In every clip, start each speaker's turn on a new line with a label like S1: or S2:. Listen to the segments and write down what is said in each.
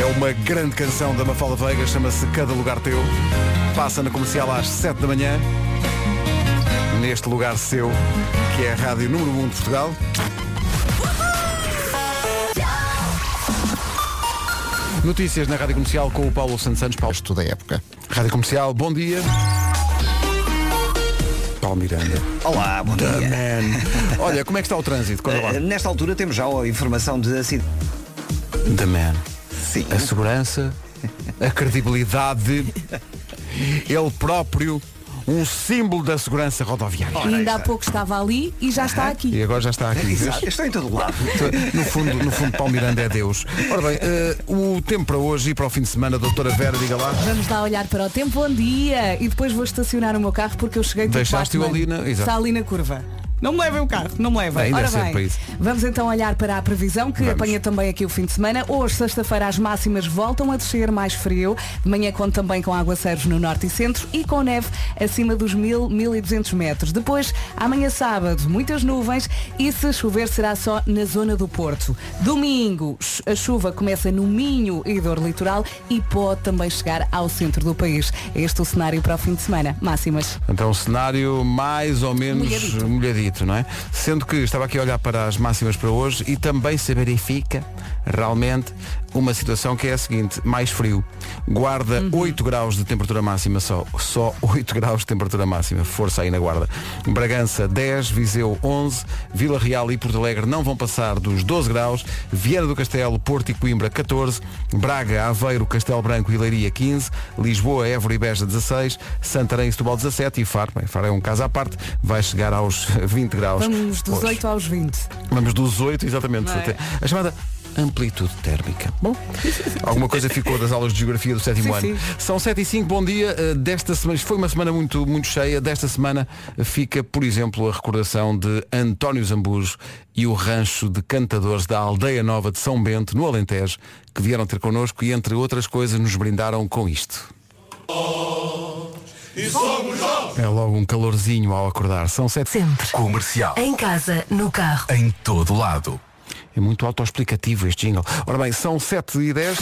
S1: É uma grande canção da Mafalda Veiga, chama-se Cada Lugar Teu. Passa na comercial às 7 da manhã, neste lugar seu, que é a Rádio Número 1 de Portugal. Notícias na Rádio Comercial com o Paulo Santos Santos. Paulo,
S2: Toda a época.
S1: Rádio Comercial, bom dia. Paulo Miranda.
S3: Olá, bom
S1: The
S3: dia.
S1: Man. Olha, como é que está o trânsito? Conta lá.
S3: Eh, Nesta altura temos já a informação de acidente.
S1: The Man.
S3: Sim.
S1: A segurança, a credibilidade, ele próprio, um símbolo da segurança rodoviária.
S4: Ainda há pouco estava ali e já está aqui.
S1: E agora já está aqui.
S3: Exato, Estou em todo lado.
S1: No fundo, no fundo, Paulo Miranda é Deus. Ora bem, eh, o tempo para hoje e para o fim de semana, doutora Vera, diga lá.
S4: Vamos lá olhar para o tempo, bom dia! E depois vou estacionar o meu carro porque eu cheguei do
S1: Deixaste-o
S4: Batman.
S1: ali na- exato.
S4: Está ali na curva. Não me levem o carro, não me levem.
S1: Bem,
S4: Ora
S1: deve ser
S4: bem,
S1: para isso.
S4: vamos então olhar para a previsão que apanha também aqui o fim de semana. Hoje, sexta-feira, as máximas voltam a descer mais frio. De manhã conto também com aguaceiros no norte e centro e com neve acima dos 1000, 1200 metros. Depois, amanhã sábado, muitas nuvens e se chover será só na zona do Porto. Domingo, ch- a chuva começa no Minho e dor litoral e pode também chegar ao centro do país. Este é o cenário para o fim de semana. Máximas.
S1: Então, cenário mais ou menos
S4: Molhadito.
S1: molhadito, não é? Sendo que estava aqui a olhar para as máximas para hoje e também se verifica realmente uma situação que é a seguinte, mais frio. Guarda 8 graus de temperatura máxima só. Só 8 graus de temperatura máxima. Força aí na guarda. Bragança 10, Viseu 11, Vila Real e Porto Alegre não vão passar dos 12 graus, Vieira do Castelo, Porto e Coimbra 14, Braga, Aveiro, Castelo Branco e Leiria 15, Lisboa, Évora e Beja 16, Santarém e Setúbal 17 e Faro, bem, Faro é um caso à parte, vai chegar aos 20 graus.
S4: Vamos dos
S1: hoje.
S4: 8 aos 20.
S1: Vamos dos 8, exatamente.
S4: Não é?
S1: até- A chamada amplitude térmica. Bom, alguma coisa ficou das aulas de geografia do sétimo
S4: Sim,
S1: ano.
S4: sim.
S1: São 7 e 5, bom dia. Uh, Desta semana, foi uma semana muito, muito cheia. Desta semana uh, fica, por exemplo, a recordação de António Zambujo e o rancho de cantadores da Aldeia Nova de São Bento, no Alentejo, que vieram ter connosco e, entre outras coisas, nos brindaram com isto. É logo um calorzinho ao acordar. São 7
S5: Sempre.
S6: Comercial.
S5: Em casa, no carro.
S6: Em todo lado.
S1: É muito autoexplicativo este jingle. Ora bem, são 7 e 10.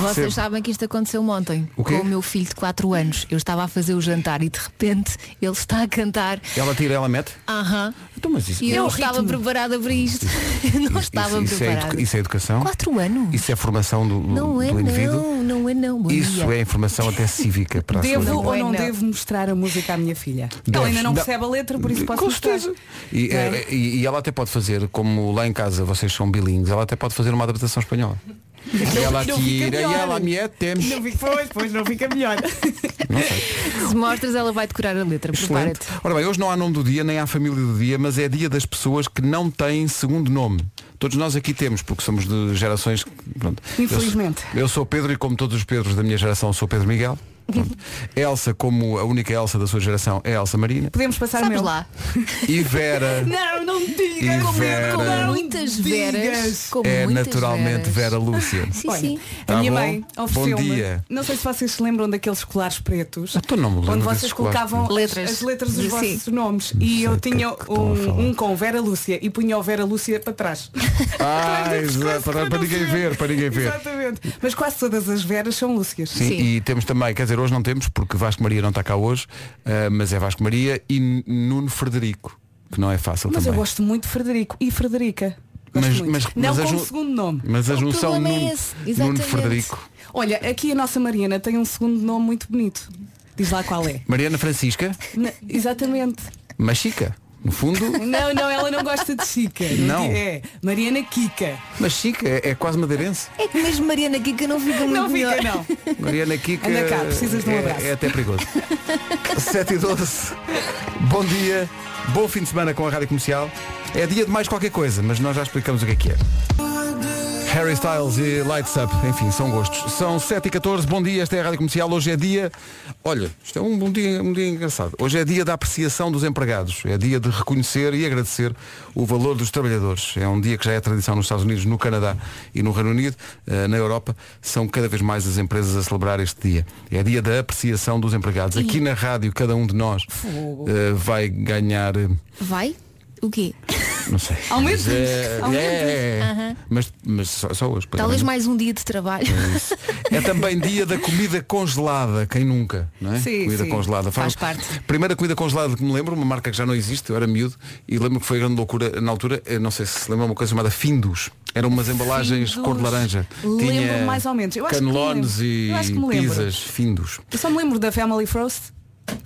S7: Vocês
S1: Sim.
S7: sabem que isto aconteceu ontem
S1: O quê?
S7: com o meu filho de 4 anos. Eu estava a fazer o jantar e de repente ele está a cantar.
S1: Ela tira, ela mete.
S7: Aham.
S1: Então, mas isso
S7: E
S4: É
S7: eu
S1: não
S7: não estava preparada para isto. Eu não estava
S1: isso, é
S7: preparada.
S1: educa- isso é educação?
S7: 4 anos.
S1: Isso é formação do, do-
S7: não é
S1: do indivíduo?
S7: não, não é não. Bom
S1: Isso
S7: dia.
S1: é informação até cívica para a
S4: Devo
S1: sua
S7: Não
S4: ou
S7: é,
S4: não,
S7: não.
S4: devo mostrar a música à minha filha?
S1: Deves.
S4: Ela ainda não
S1: Dá-
S4: percebe a letra, por isso posso
S1: Com
S4: mostrar.
S1: certeza. E,
S4: Não é?
S1: eh, e- e ela até pode fazer, como lá em casa vocês são bilíngues, ela até pode fazer uma adaptação espanhola. ela
S4: não fica
S1: tira e
S4: melhor.
S1: ela mete. é
S4: Não fica, pois, pois não fica melhor.
S7: Se mostras, ela vai decorar a letra.
S1: Excelente.
S7: Prepara-te.
S1: Ora bem, hoje não há nome do dia, nem há família do dia, mas é dia das pessoas que não têm segundo nome. Todos nós aqui temos, porque somos de gerações. que- Pronto.
S4: Infelizmente.
S1: Eu, eu sou Pedro e como todos os Pedros da minha geração sou Pedro Miguel. Pronto. Elsa, como a única Elsa da sua geração, é Elsa Marina.
S4: Podemos passar
S7: Sabes
S4: meu.
S7: lá.
S1: E Vera
S4: Não, não me diga,
S1: E
S4: não me
S1: Vera.
S4: diga,
S7: Com
S4: não me
S7: muitas
S4: digas.
S7: veras. Com
S1: é
S7: muitas
S1: naturalmente
S7: veras.
S1: Vera Lúcia.
S7: Sim,
S4: Olha,
S7: sim.
S4: a
S1: Tá
S4: minha
S1: bom?
S4: mãe
S1: Bom
S4: ofereceu-me,
S1: dia.
S4: não sei se vocês se lembram daqueles colares pretos,
S1: Ah, tu não me lembro
S4: onde
S1: desses
S4: vocês
S1: colares
S4: colocavam
S7: pretos.
S4: as- as
S7: Letras.
S4: letras dos
S7: Sim.
S4: vossos nomes e eu
S1: sei que- é
S4: tinha
S1: que estão a falar.
S4: um, um com Vera Lúcia e punha o Vera Lúcia para trás.
S1: Ah,
S4: Atrás do pescoço
S1: exato, para,
S4: não
S1: ninguém
S4: se
S1: ver, para ninguém ver.
S4: Exatamente. Mas quase todas as Veras são Lúcias.
S1: Sim,
S7: Sim.
S1: E temos também, quer dizer, hoje não temos, porque Vasco Maria não está cá hoje, ah, mas é Vasco Maria e N- Nuno Frederico, que não é fácil
S4: Mas eu
S1: também.
S4: gosto muito de Frederico e Frederica. Gosto
S1: Mas-
S4: muito.
S1: mas-
S4: não
S1: mas a
S4: com
S1: ju-
S4: o segundo nome.
S1: Mas a
S7: O
S1: junção
S7: problema é
S1: Nuno,
S7: esse,
S1: Nuno
S7: exatamente.
S1: Frederico.
S4: Olha, aqui a nossa Mariana tem um segundo nome muito bonito. Diz lá qual é.
S1: Mariana Francisca,
S4: Na- exatamente.
S1: Machica, no fundo.
S4: Não, não, ela não gosta de Chica.
S1: Não.
S4: É Mariana Kika.
S1: Machica é, é quase madeirense.
S7: É que mesmo Mariana Kika não fica muito
S4: Não fica,
S7: melhor.
S4: não.
S1: Mariana Kika
S4: Anda cá, precisas de um
S1: é-
S4: abraço.
S1: É, até perigoso. 7 e 12. Bom dia, bom fim de semana com a Rádio Comercial. É dia de mais qualquer coisa, mas nós já explicamos o que é que é. Harry Styles e Lights Up, enfim, são gostos. São 7 e 14 bom dia, esta é a Rádio Comercial. Hoje é dia, olha, isto é um, bom dia, um dia engraçado. Hoje é dia da apreciação dos empregados. É dia de reconhecer e agradecer o valor dos trabalhadores. É um dia que já é tradição nos Estados Unidos, no Canadá e no Reino Unido. Eh, na Europa, são cada vez mais as empresas a celebrar este dia. É dia da apreciação dos empregados. Aqui na rádio, cada um de nós eh, vai ganhar, eh,
S7: Vai? O quê?
S1: não sei.
S4: Aumento.
S1: Mas, eh,
S7: Aumento.
S1: é,
S7: Aham.
S1: Mas, mas só, só hoje. pois
S7: Talvez
S1: é.
S7: mais um dia de trabalho.
S1: É também dia da comida congelada, quem nunca, não é?
S4: Sim,
S1: comida
S4: sim.
S1: congelada.
S7: Faz parte.
S1: Primeira comida congelada que me lembro, uma marca que já não existe, eu era miúdo, e lembro que foi grande loucura na altura, eu não sei se se lembra uma coisa chamada Findos. Eram umas embalagens
S4: Findus.
S1: cor de laranja.
S4: Lembro-me mais ou menos. Eu acho que me
S1: canelones
S4: lembro.
S1: e
S4: Eu acho que me lembro.
S1: pizzas, Findos.
S4: Eu só me lembro da Family Frost.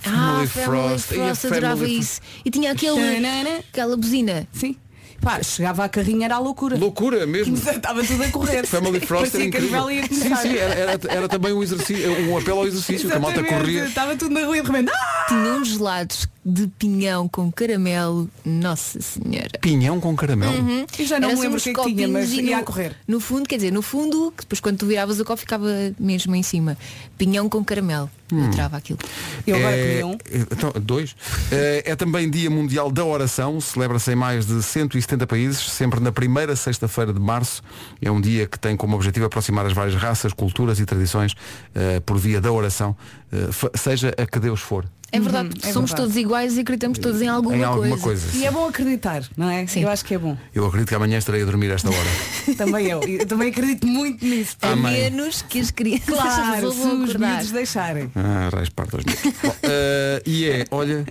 S1: Family
S7: ah, Family
S1: Frost. E a
S7: Frost,
S1: Family
S7: adorava
S1: Frost.
S7: isso. E tinha aquele,
S4: Tanana.
S7: aquela buzina.
S4: Sim. Pá, chegava à carrinha, era a loucura.
S1: Loucura mesmo.
S4: Estava tudo a correr.
S1: Family Frost era
S4: Parecia que a
S1: incrível.
S4: novela ia
S1: Sim,
S4: começar.
S1: sim, era, era- era também um exercício, um apelo ao exercício, que a malta
S4: Exatamente.
S1: corria.
S4: Estava tudo na rua e de repente. "Ah!"
S7: Tinha uns gelados de pinhão com caramelo. Nossa Senhora.
S1: Pinhão com caramelo.
S4: Eu já não
S7: Era
S4: me
S7: assim
S4: lembro o
S7: uns
S4: que é que tinha,
S7: copinhos
S4: mas
S7: e
S4: ia
S7: no-
S4: a correr.
S7: No fundo, quer dizer, no fundo, que depois quando tu viravas o copo ficava mesmo em cima. Pinhão com caramelo.
S1: Hum.
S7: Eu adorava aquilo.
S4: Eu agora
S1: É-
S4: comi um.
S1: então, dois. É, é também Dia Mundial da Oração, celebra-se em mais de 170 países, sempre na primeira sexta-feira de março. É um dia que tem como objetivo aproximar as várias raças, culturas e tradições eh, por via da oração, eh, fa- seja a que Deus for.
S7: É verdade, porque
S4: é
S7: somos
S4: verdade.
S7: todos iguais e acreditamos todos em alguma,
S1: em alguma coisa.
S4: E é bom acreditar, não é?
S7: Sim.
S4: Eu acho que é bom.
S1: Eu acredito que amanhã estarei a dormir a esta hora.
S4: Também eu. Eu também acredito muito nisso.
S7: A
S1: Amém.
S7: menos que as crianças
S4: Claro, se
S7: resolvam
S4: os
S7: acordar.
S4: miúdos deixarem.
S1: Ah, raios pardos. Bom, eh, e é, olha,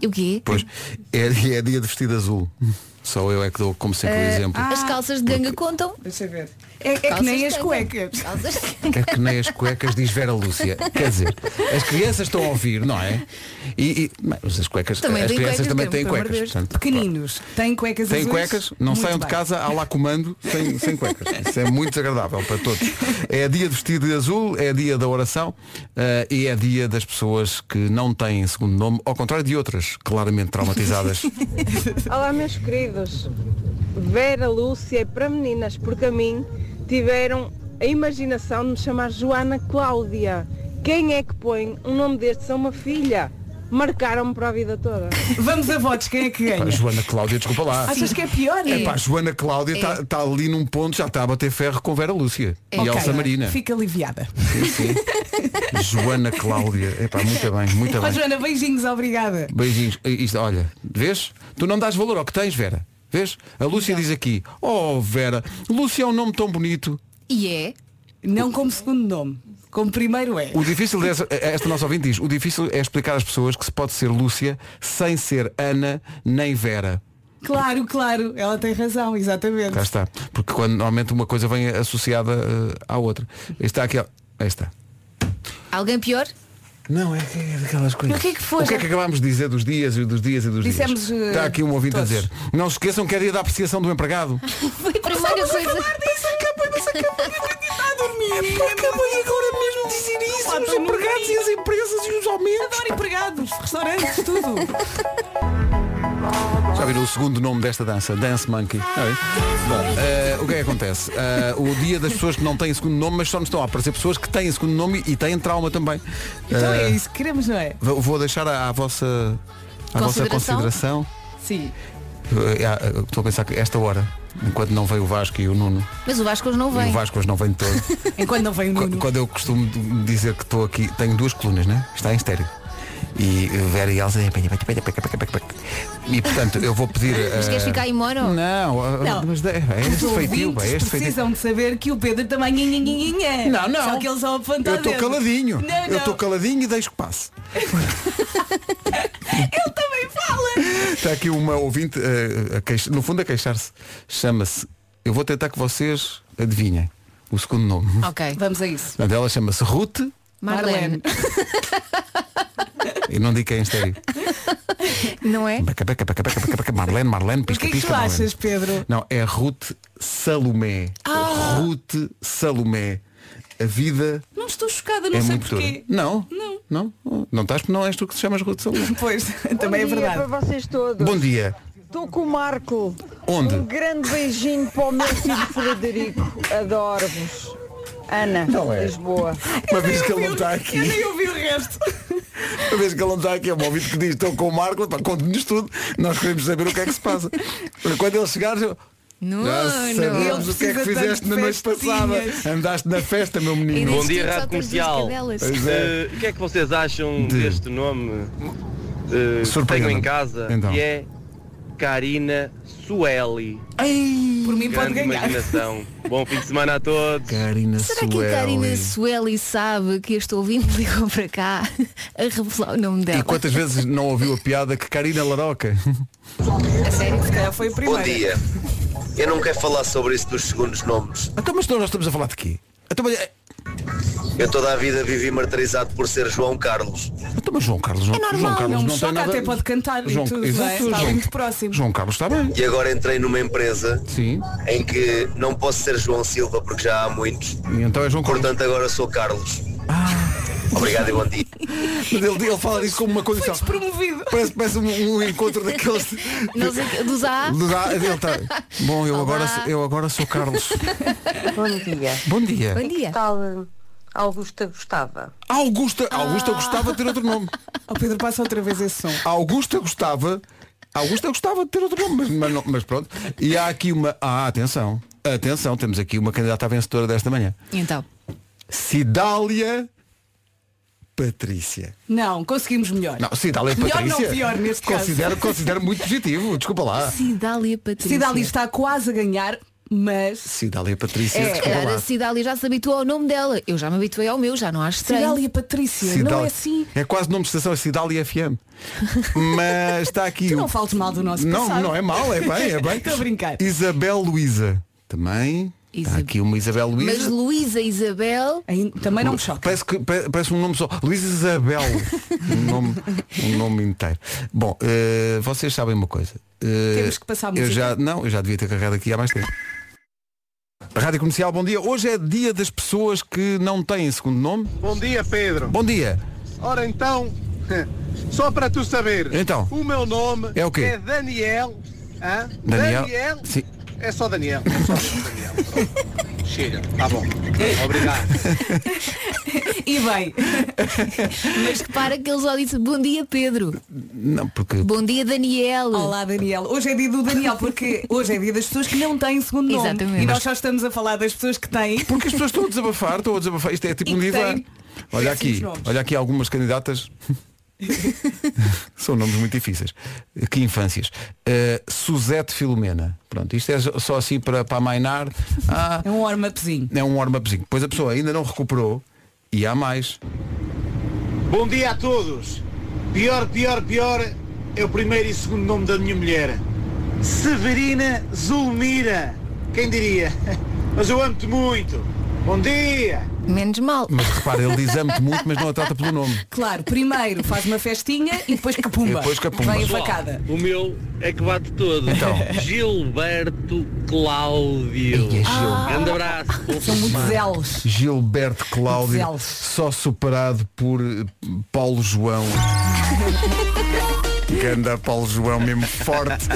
S7: E O quê?
S1: pois, é, é dia de vestido azul. Só eu é que dou, como sempre, o exemplo.
S7: As
S4: Ah.
S7: calças de ganga contam.
S4: Deixa eu ver. É, é que nem as
S7: Calças de ganga.
S4: cuecas.
S7: Calças de ganga.
S1: Quer É que nem as cuecas, diz Vera Lúcia. Quer dizer, as crianças estão a ouvir, não é? E, e- mas as cuecas,
S7: Também
S1: as
S7: têm
S1: crianças
S7: cuecas,
S1: também
S7: Pedro,
S1: têm
S7: por amor de
S1: cuecas.
S7: Deus.
S1: portanto,
S4: Pequeninos. Têm cuecas
S1: Têm
S4: azuis?
S1: cuecas, não
S4: Muito
S1: saiam de
S4: bem.
S1: casa à lá comando sem, sem cuecas. Isso é muito desagradável para todos. É dia de vestido de azul, é dia da oração eh, e é dia das pessoas que não têm segundo nome, ao contrário de outras claramente traumatizadas.
S2: Olá, meus queridos. Vera Lúcia é para meninas, porque a mim tiveram a imaginação de me chamar Joana Cláudia. Quem é que põe um nome destes a uma filha? Marcaram-me para a vida toda.
S4: Vamos a votos, quem é que
S1: Pá,
S4: ganha?
S1: Joana Cláudia, desculpa lá.
S4: Achas que é pior?
S1: Epá, a Joana Cláudia
S7: É.
S1: está está ali num ponto, já está a bater ferro com Vera Lúcia
S7: É.
S1: e
S4: Ok,
S1: Elsa Marina.
S4: Fica aliviada.
S1: Sim. Joana Cláudia. Epá, muito bem, muito
S4: Ó,
S1: bem.
S4: Joana, beijinhos, obrigada.
S1: Beijinhos. I- Isto, olha, vês? Tu não dás valor ao que tens, Vera. Vês? A Lúcia diz aqui, oh Vera, Lúcia é um nome tão bonito.
S7: E é.
S4: Não como segundo nome, como primeiro é.
S1: O difícil dessa, eh, esta nossa ouvinte diz, o difícil é explicar às pessoas que se pode ser Lúcia sem ser Ana nem Vera.
S4: Claro, claro, ela tem razão, exatamente.
S1: Cá está. Porque quando normalmente uma coisa vem associada eh, à outra. Está aqui, ó. Aí está.
S7: Alguém pior?
S1: Não, é, que- é daquelas coisas.
S4: O que é que foi?
S1: O que é que acabámos de dizer dos dias e dos dias e dos
S4: Dissemos,
S1: dias?
S4: eh,
S1: Está aqui um ouvinte a
S4: todos.
S1: dizer. Não se esqueçam que é dia da apreciação do empregado.
S7: Foi a primeira coisa.
S4: é
S1: Acabei agora mesmo de dizer isso.
S4: Os empregados e
S1: as empresas e os aumentos.
S4: Adoro empregados, restaurantes, tudo.
S1: É. Já viram o segundo nome desta dança? Dance Monkey. É. Bom, eh, o que é que acontece? Eh, o dia das pessoas que não têm segundo nome, mas só nos estão a aparecer pessoas que têm segundo nome e têm trauma também.
S4: Então
S1: Eh,
S4: é isso que queremos, não é?
S1: vou- Vou deixar à, à vossa, à vossa
S7: Consideração?
S1: consideração.
S4: Sim.
S1: Eh, ah, eh, Estou a pensar que esta hora, enquanto não veio o Vasco e o Nuno,
S7: Mas o Vasco hoje não
S1: E o
S7: vem.
S1: Vasco hoje não vem de todo.
S4: Enquanto não vem o
S1: Qu-
S4: Nuno.
S1: Quando eu costumo d- dizer que estou aqui, tenho duas colunas, né? Está em estéreo. E eh, Vera e Elsa E portanto, eu vou pedir.
S7: Mas queres ficar em mono?
S1: Não, ah,
S4: Não.
S1: mas de- é este
S4: Os
S1: feitio, pá,
S4: ouvintes
S1: é este feitio.
S4: precisam de saber que o Pedro também nhinhinhinhinha.
S1: Não, não.
S4: Só que eles só apontam
S1: Eu estou
S4: dedo.
S1: caladinho.
S4: Não, não.
S1: Eu estou caladinho e deixo que passe.
S4: Ele também fala.
S1: Está aqui uma ouvinte, eh, a queixa- no fundo a queixar-se. Chama-se. Eu vou tentar que vocês adivinhem o segundo nome.
S4: Ah.
S7: Ok.
S4: Vamos a isso.
S1: Portanto, ela chama-se Ruth
S7: Marlene.
S1: e não digo que é em estéreo.
S7: Não é?
S1: Beca, beca, beca, beca, beca, beca, Marlene, Marlene,
S4: O que
S1: pisca,
S4: é que tu
S1: pisca, Marlene.
S4: achas, Pedro? Ah!
S1: Não, é Ruth Salomé. Ruth Salomé. A vida
S4: Não estou chocada, não
S1: é
S4: sei
S1: muito dura.
S4: porquê.
S1: Não.
S4: Não.
S1: Não. Não estás porque não és tu que te chamas Ruth Salomé.
S4: Pois, também é
S2: Bom dia
S4: verdade.
S2: para vocês todos.
S1: Bom dia.
S2: Estou com o Marco.
S1: Onde?
S2: Um grande beijinho para o meu filho Frederico. Adoro-vos. Ana,
S1: Não é.
S2: Lisboa.
S1: Uma vez que ele não está aqui,
S4: Eu nem ouvi o resto.
S1: uma vez que ele não está aqui, é um ouvido que diz, estou com o Marco, pá, conte-nos tudo. Nós queremos saber o que é que se passa. Quando ele chegar, eu...
S7: Nuno.
S1: já sabemos
S4: Ele
S1: o que é que
S4: precisa
S1: fizeste
S4: tanto
S1: na
S4: de
S1: noite passada.
S4: festinhas.
S1: Andaste na festa, meu
S7: E
S1: menino.
S7: neste
S5: Bom dia,
S7: tempo só
S5: Rádio
S7: tens duas
S5: Comercial.
S7: cadelas.
S1: Pois é.
S5: Eh, o que é que vocês acham
S1: De-
S5: deste nome eh, que
S1: Surpreenda-me.
S5: tenho em casa
S1: Então.
S5: que é Karina Sueli.
S4: Por mim pode
S5: Grande
S4: ganhar.
S5: imaginação. Bom fim de semana a todos.
S1: Karina
S7: Será
S4: é
S7: que a Karina Sueli sabe que este ouvinte ligou para cá a revelar o nome dela?
S1: E quantas vezes não ouviu a piada que Karina Laroca?
S7: A sério?
S4: Se calhar foi a
S6: Bom
S4: primeira.
S6: dia. Eu não quero falar sobre isso dos segundos nomes.
S1: Então, mas não, nós estamos a falar de quê? Então, mas,
S6: Eu toda a vida vivi martirizado por ser João Carlos.
S1: então, mas João Carlos não,
S7: É normal,
S1: João Carlos
S4: não me
S1: não tem
S4: choca,
S1: nada...
S4: até pode cantar e tudo, não é? Está ali muito próximo.
S1: João Carlos está bem.
S6: E agora entrei numa empresa
S1: Sim.
S6: em que não posso ser João Silva porque já há muitos.
S1: E então é João Carlos.
S6: Portanto, agora sou Carlos.
S3: Ah.
S6: Obrigado e bom dia.
S1: Mas ele, ele fala disso como uma
S4: Foi
S1: condição.
S4: despromovido.
S1: Parece, parece um, um encontro daqueles.
S7: Não sei que- dos A?
S1: Dos A- ele tá- Bom, eu
S7: Olá.
S1: agora, sou- eu agora sou Carlos.
S8: Bom dia.
S1: Bom dia.
S7: Bom dia.
S8: Tal eh, Augusta gostava.
S1: Augusta, Augusta
S4: Ah.
S1: gostava de ter outro nome.
S4: Oh, Pedro, passa outra vez esse som.
S1: Augusta gostava. Augusta gostava de ter outro nome, mas, mas não- mas pronto. E há aqui uma. Ah, atenção. Atenção, temos aqui uma candidata à vencedora desta manhã.
S7: E Então,
S1: Cidália Patrícia.
S4: Não, conseguimos melhor.
S1: Não, Cidália
S4: Melhor
S1: Patrícia.
S4: não, pior neste caso.
S1: considero, considero muito positivo, desculpa lá.
S7: Cidália Patrícia.
S4: Cidali está quase a ganhar, mas.
S1: Cidália Patrícia,
S4: É,
S7: Se
S1: desculpa
S7: calhar
S1: lá.
S7: a
S4: assim,
S7: Cidália já se habituou ao nome dela. Eu já me habituei ao meu, já não acho estranho.
S4: Cidália Patrícia, não é
S1: Cidália-
S4: assim?
S1: É quase nome de estação, é Cidália FM. Mas está aqui.
S4: Tu
S1: o-
S4: Então não fales mal do nosso
S1: Não,
S4: passado.
S1: não é mal, é bem, é bem.
S4: Estou a brincar.
S1: Isabel Luísa. Também. Está
S7: Isabel.
S1: aqui uma Isabel
S7: Mas
S1: Luísa.
S7: Luísa Isabel,
S4: Ainda- Também não me choca.
S1: Parece, que, pa- parece um nome só. Luísa Isabel. um, nome, um nome inteiro. Bom, eh, vocês sabem uma coisa. Eh,
S4: Temos que passar a
S1: eu
S4: música.
S1: já Não, eu já devia ter carregado aqui há mais tempo. Rádio Comercial, bom dia. Hoje é dia das pessoas que não têm segundo nome.
S9: Bom dia, Pedro.
S1: Bom dia.
S9: Ora então, só para tu saber,
S1: Então.
S9: o meu nome
S1: É o quê?
S9: Daniel. hã?
S1: Daniel? Sim.
S9: É só Daniel. É só Daniel. Pronto. Chega, tá bom. Obrigado.
S4: E bem,
S7: mas repara que ele já disse bom dia Pedro,
S1: Não, porque
S7: bom dia Daniel.
S4: olá Daniel. Hoje é dia do Daniel, porque hoje é dia das pessoas que não têm segundo nome.
S7: Exatamente.
S4: E nós só estamos a falar das pessoas que têm.
S1: Porque as pessoas estão a desabafar, estão a desabafar. Isto é tipo
S4: E
S1: um
S4: que
S1: divã.
S4: tem péssimos
S1: Olha aqui,
S4: nomes.
S1: olha aqui algumas candidatas. São nomes muito difíceis. Que infâncias. Uh, Suzete Filomena. Pronto, isto é só assim para, para amainar. Ah,
S4: É um warm-upzinho.
S1: é um warm-upzinho. Pois a pessoa ainda não recuperou e há mais.
S9: bom dia a todos. Pior, pior, pior é o primeiro e segundo nome da minha mulher. Severina Zulmira. Quem diria? Mas eu amo-te muito. Bom dia.
S7: Menos mal.
S1: Mas repara, ele diz amo-te muito, mas não a trata pelo nome.
S4: Claro, primeiro faz uma festinha e depois capumba.
S1: E depois capumba.
S4: Vem a
S5: Pessoal,
S4: facada.
S5: O meu é que bate todo.
S1: Então.
S5: Gilberto Cláudio.
S1: Ei, é Gil.
S5: Grande abraço. Bom
S4: Ah, São
S5: fim de
S4: muito
S5: semana.
S4: zelos.
S1: Gilberto Cláudio,
S4: Zelos.
S1: só superado por eh, Paulo João. Ganda Paulo João, mesmo forte.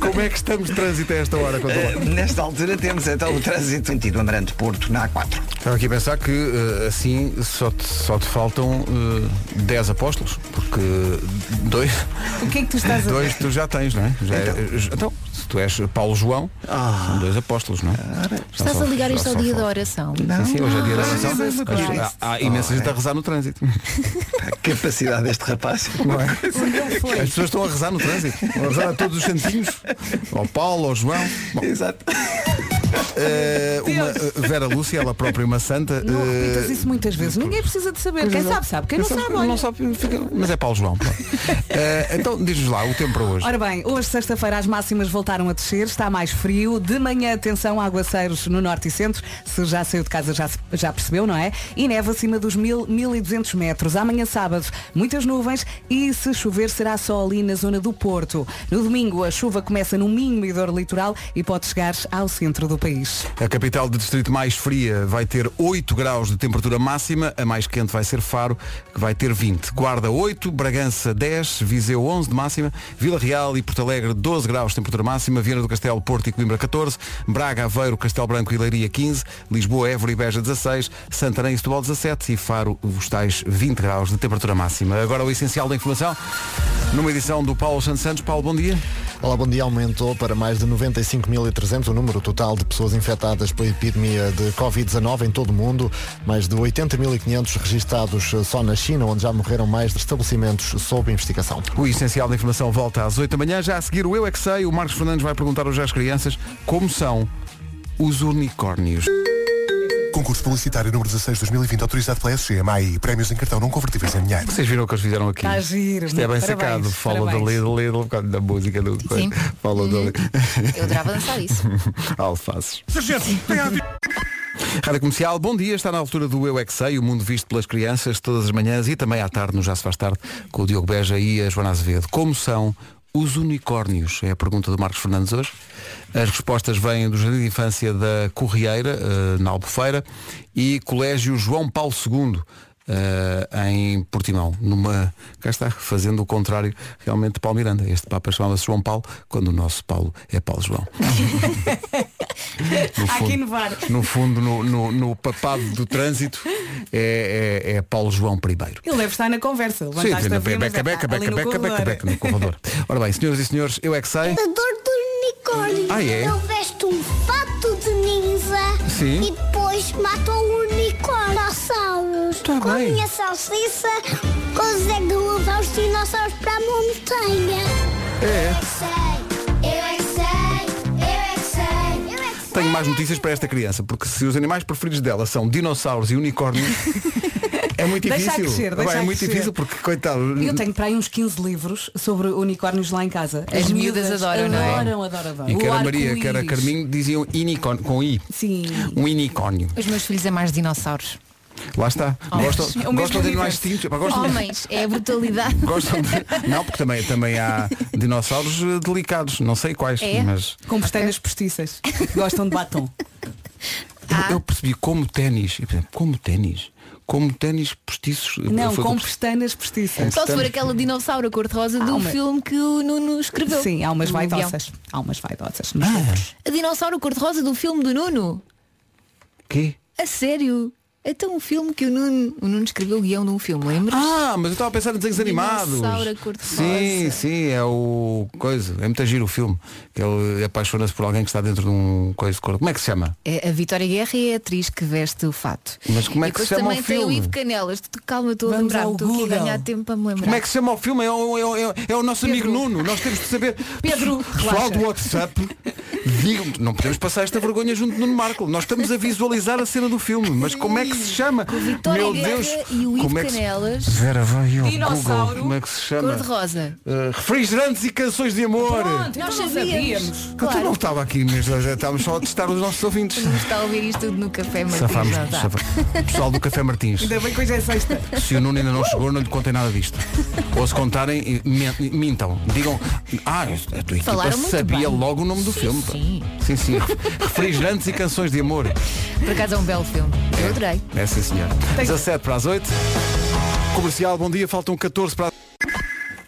S1: Como é que estamos de trânsito a esta hora? Conta lá.
S3: Eh, Nesta altura temos então o trânsito sentido Andrante Porto na A4.
S1: Estava aqui a pensar que eh, assim só te, só te faltam eh, 10 apóstolos, porque dois,
S4: O que é que tu estás a
S1: dois tu já tens, não é? Já é- j- então. se tu és Paulo João, são dois apóstolos, não é? Já
S7: Ah. Estás
S1: só-
S7: a ligar
S1: já
S7: isto ao
S1: só
S7: dia Ah, da
S1: falta.
S7: oração.
S1: Sim, sim, hoje é
S3: Ah,
S1: dia da oração.
S4: Jesus
S1: Hoje
S4: Christ.
S1: Há, há imensa gente a rezar no trânsito.
S3: A capacidade deste rapaz.
S1: é? As pessoas estão a rezar no trânsito. Estão a rezar a todos os santinhos. Ao Paulo, ao João. Bom,
S3: Exato.
S1: eh, uma, eh, Vera Lúcia, ela própria uma santa.
S4: Não
S1: eh,
S4: repitas isso muitas vezes. Ninguém precisa de saber. Quem sabe, sabe. Quem não sabe, olha.
S1: não sabe, fica- mas é Paulo João. pronto. Eh, então diz-nos lá o tempo para hoje.
S4: Ora bem, hoje sexta-feira as máximas voltaram a descer, está mais frio, de manhã atenção a aguaceiros no norte e centro, se já saiu de casa já, se- já percebeu, não é? E neve acima dos 1000, 1200 metros. Amanhã sábado muitas nuvens e se chover será só ali na zona do Porto. No domingo a chuva começa no Minho e Douro Litoral e pode chegar ao centro do país.
S1: A capital de distrito mais fria vai ter 8 graus de temperatura máxima, a mais quente vai ser Faro, que vai ter 20. Guarda 8, Bragança 10, Viseu 11 de máxima, Vila Real e Porto Alegre 12 graus de temperatura máxima, Viana do Castelo, Porto e Coimbra 14, Braga, Aveiro, Castelo Branco e Leiria 15, Lisboa, Évora e Beja 16, Santarém e Setúbal 17 e Faro os tais 20 graus de temperatura máxima. Agora o essencial da informação, numa edição do Paulo Santos Santos. Paulo, bom dia.
S10: Olá, bom dia. Aumentou para mais de 95.300 o número total de pessoas infectadas pela epidemia de Covid-19 em todo o mundo, mais de 80.500 registados eh, só na China, onde já morreram mais de estabelecimentos sob investigação.
S1: O essencial da informação volta às 8 da manhã. Já a seguir o Eu é que sei. O Marcos Fernandes vai perguntar hoje às crianças como são os unicórnios.
S11: Concurso publicitário número 16 2020 autorizado pela SGMAI. Prémios em cartão não convertíveis em dinheiro.
S1: Vocês viram o que eles fizeram aqui?
S11: Está Tá giro, né?
S1: Isto é bem
S11: parabéns,
S1: sacado. Follow the
S11: parabéns. Uhum.
S1: Lidl, Lidl, por causa da música do.
S7: Sim.
S1: Follow the Lidl.
S7: Eu adorava dançar isso.
S1: Alfaces.
S11: Sargento, tem a ver.
S1: Rádio Comercial, bom dia. Está na altura do Eu é que Sei, o mundo visto pelas crianças todas as manhãs e também à tarde, no Já se faz tarde, com o Diogo Beja e a Joana Azevedo. Como são os unicórnios? É a pergunta do Marcos Fernandes hoje. As respostas vêm do Jardim de Infância da Corrieira, eh, na Albufeira, e Colégio João Paulo II. eh, em Portimão, numa. cá está, fazendo o contrário realmente de Paulo Miranda. Este Papa chamava-se João Paulo, quando o nosso Paulo é Paulo João. No
S4: Há
S1: fundo.
S4: que inovar.
S1: No fundo, no, no- no papado do trânsito, é, é- é Paulo João I.
S4: Ele deve estar na conversa.
S1: Sim,
S4: levantaste a via, mas
S1: beca, beca,
S4: ali
S1: beca,
S4: no
S1: beca, beca,
S4: corredor.
S1: beca, no corredor. Ora bem, senhoras e senhores, eu é que sei.
S12: unicórnio.
S1: Ah, é?
S12: Eu vesto um fato de ninja
S1: Sim.
S12: e depois mato o unicórnio. Dinossauros. com a
S1: Tá bem.
S12: minha salsicha consegue levar os dinossauros para a montanha. Eu é que
S1: É.
S12: sei, eu é que sei, eu é que sei.
S1: Tenho mais notícias para esta criança, porque se os animais preferidos dela são dinossauros e unicórnios, é muito
S4: Deixa
S1: difícil.
S4: crescer,
S1: Bem,
S4: deixa
S1: é muito
S4: crescer.
S1: difícil porque, coitado,
S4: Eu tenho para aí uns 15 livros sobre unicórnios lá em casa.
S7: As miúdas adoram, não é?
S4: Adoram, adoram, adoram.
S1: e
S4: O
S1: quer a Maria,
S4: arco-íris.
S1: quer a Carminho, diziam inicórnio, com I.
S4: Sim.
S1: Um unicórnio.
S7: Os meus filhos é mais dinossauros.
S1: Lá está.
S4: Oh,
S7: Homens.
S1: Gostam,
S7: É o mesmo
S1: gostam de animais
S7: universo.
S1: extintos. Epá, Gostam de-
S7: Homens, é a brutalidade.
S1: Gostam de... Não, porque também, também há dinossauros eh, delicados, não sei quais,
S7: É?
S1: mas
S4: Com pestanas postiças. Gostam de batom.
S1: eu,
S7: Ah.
S1: eu percebi como ténis, eu percebi, como ténis, como ténis postiços.
S4: Não,
S1: foi
S4: com
S1: do-
S4: pestanas postiças.
S7: Só se for aquela dinossauro cor-de-rosa
S4: Há
S7: do
S4: uma-
S7: filme que o Nuno escreveu.
S4: Sim, há umas
S7: Do Leão.
S4: vaidosas. Há umas vaidosas
S1: Ah.
S4: nos livros.
S7: A dinossauro cor-de-rosa do filme do Nuno.
S1: Quê?
S7: A sério. É tão um filme que o Nuno, o Nuno escreveu o guião de um filme, lembras?
S1: Ah, mas eu estava a pensar em desenhos animados.
S7: Dinossauro a cor-de-rosa.
S1: Sim, sim, é o coisa. É muito giro o filme. Que ele apaixona-se por alguém que está dentro de um coisa de cor. Como é que se chama?
S7: É, A Vitória Guerra é a atriz que veste o fato.
S1: Mas como é
S7: e
S1: que se
S7: depois
S1: chama
S7: também
S1: o
S7: tem o
S1: filme?
S7: Ivo Canelas. Tu- tu- Calma, estou a
S4: Vamos
S7: lembrar.
S4: ao
S7: Estou aqui a
S4: Google.
S7: ganhar tempo para me lembrar.
S1: Como é que se chama o filme? É o, é o- é o- é o nosso
S7: Pedro.
S1: amigo Nuno. Nós temos de saber.
S7: Pedro,
S1: Pessoal do
S7: relaxa.
S1: WhatsApp, digam não podemos passar esta vergonha junto do Nuno Marco. Nós estamos a visualizar a cena do filme, mas como é que se chama?
S7: Vitória
S1: Meu
S7: Guerra
S1: Deus,
S7: e o Ivo
S1: como é que se...
S7: Canelas.
S1: Vera, vai ao
S7: Dinossauro.
S1: Google. Como é que se chama?
S7: Cor-de-rosa.
S1: Eh, refrigerantes e canções de amor.
S4: Pronto, Então nós
S7: Nós
S4: sabíamos.
S7: sabíamos.
S1: Então
S7: Claro.
S1: não estava aqui mesmo, já estávamos só a testar os nossos ouvintes.
S7: Não está a ouvir isto tudo no café, Martins.
S1: Safámos,
S7: não está?
S1: safá- Pessoal do Café Martins,
S4: Ainda bem que hoje é sexta.
S1: se o Nuno ainda não chegou, não lhe contem nada disto. Ou se contarem, eh, men- mintam. Digam, ah, a tua equipa
S7: Falaram muito
S1: sabia
S7: bem.
S1: logo o nome do
S7: Sim,
S1: filme. pá.
S7: sim.
S1: sim, sim. Refrigerantes e canções de amor.
S7: Por acaso é um belo filme. Eu adorei.
S1: É sim senhor. 17 para as 8. Comercial, bom dia. Faltam 14 para.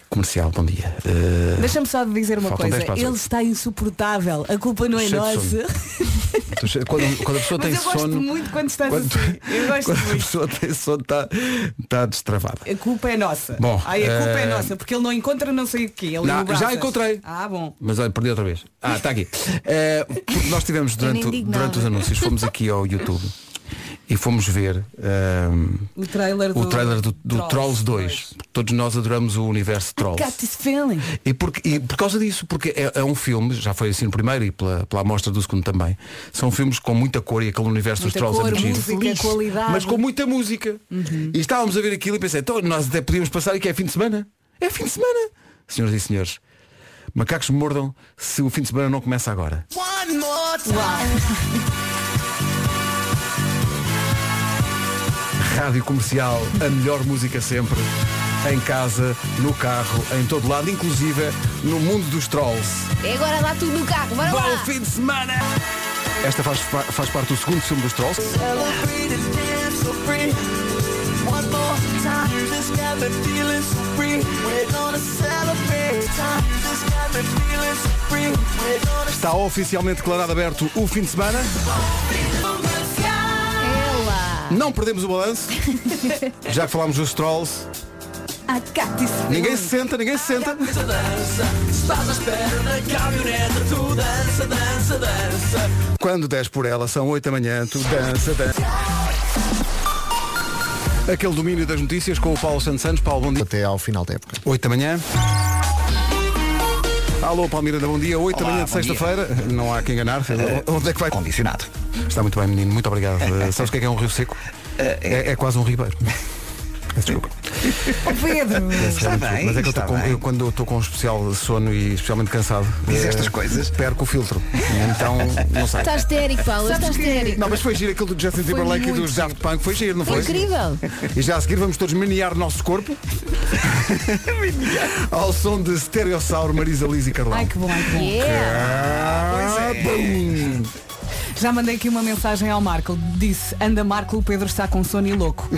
S1: Comercial, bom dia. Eh,
S4: Deixa-me só dizer uma
S1: Faltam
S4: coisa.
S1: 10 para as
S4: Ele
S1: oito.
S4: está insuportável. A culpa não é
S1: Cheio de
S4: nossa.
S1: quando, quando a pessoa tem
S4: Mas eu gosto
S1: sono.
S4: muito quando estás
S1: quando-
S4: assim. Eu gosto
S1: quando a
S4: muito.
S1: pessoa tem sono, está tá destravada.
S4: A culpa é nossa.
S1: Bom,
S4: Ai, a culpa é
S1: eh,
S4: nossa, porque ele não encontra não sei o quê. Ele
S1: Não,
S4: e o Braças.
S1: já encontrei.
S4: Ah, bom.
S1: Mas olha, perdi outra vez. Ah, está aqui. Eh, porque nós tivemos durante,
S7: Eu nem digo
S1: durante os
S7: nada.
S1: anúncios, fomos aqui ao YouTube e fomos ver ehm,
S4: O trailer do,
S1: o trailer do, do Trolls 2. Todos nós adoramos o universo Trolls.
S4: Got this feeling.
S1: E, porque- e por causa disso, porque é, é um filme, já foi assim no primeiro e pela, pela amostra do segundo também, são filmes com muita cor e aquele universo
S4: Muita
S1: dos trolls
S4: cor,
S1: é muito giro.
S4: música, qualidade.
S1: Mas com muita música. E estávamos a ver aquilo e pensei, então nós até podíamos passar e que é fim de semana. É fim de semana. Senhoras e senhores, macacos me mordam se o fim de semana não começa agora. Rádio Comercial, a melhor música sempre. Em casa, no carro, em todo lado, inclusive no mundo dos trolls.
S7: É agora lá tudo no carro. Bora
S1: Bom
S7: lá.
S1: fim de semana! Esta faz, fa- faz parte do segundo filme dos Trolls. Está oficialmente declarado aberto o fim de semana.
S7: Ela.
S1: Não perdemos o balanço. Já que falámos dos Trolls,
S4: à Cátice.
S1: Ninguém se senta, ninguém se senta.
S13: Estás à espera na caminhoneta, tu dança, dança, dança.
S1: Quando 10 por ela, são 8 da manhã, tu dança, dança. Aquele domínio das notícias com o Paulo Santos Santos. Paulo, bom dia.
S10: Até É ao final da época.
S1: 8 da manhã. Alô, Palmeira da Bom Dia, 8 da
S3: Olá,
S1: manhã de
S3: bom dia.
S1: sexta-feira. Não há que enganar. Onde é que vai?
S3: Condicionado.
S1: Está muito bem, menino. Muito obrigado. Eh, Sabes o que é que é um rio seco? É, é quase um ribeiro. Peço Desculpa.
S4: Pedro!
S1: Está bem, Mas é que eu, tô com- eu, quando eu estou com um especial sono e especialmente cansado.
S3: Diz
S1: eh,
S3: estas coisas.
S1: Perco o filtro. E Então, não sei.
S7: Está histérico, Paulo,
S4: Sabes
S7: está
S4: que-
S7: é histérico.
S1: Não, mas foi giro aquilo do Justin
S7: Tá. Foi
S1: Timberlake e
S7: muito
S1: do Daft Punk. Foi giro, não
S7: Foi
S1: foi?
S7: incrível.
S1: E já a seguir vamos todos menear nosso corpo. Ao som de Stereossauro, Marisa Liz e Carlão.
S4: Ai que bom, ai que bom.
S1: Ah, bum.
S4: Já mandei aqui uma mensagem ao Marco. Disse, anda Marco, o Pedro está com sono e louco.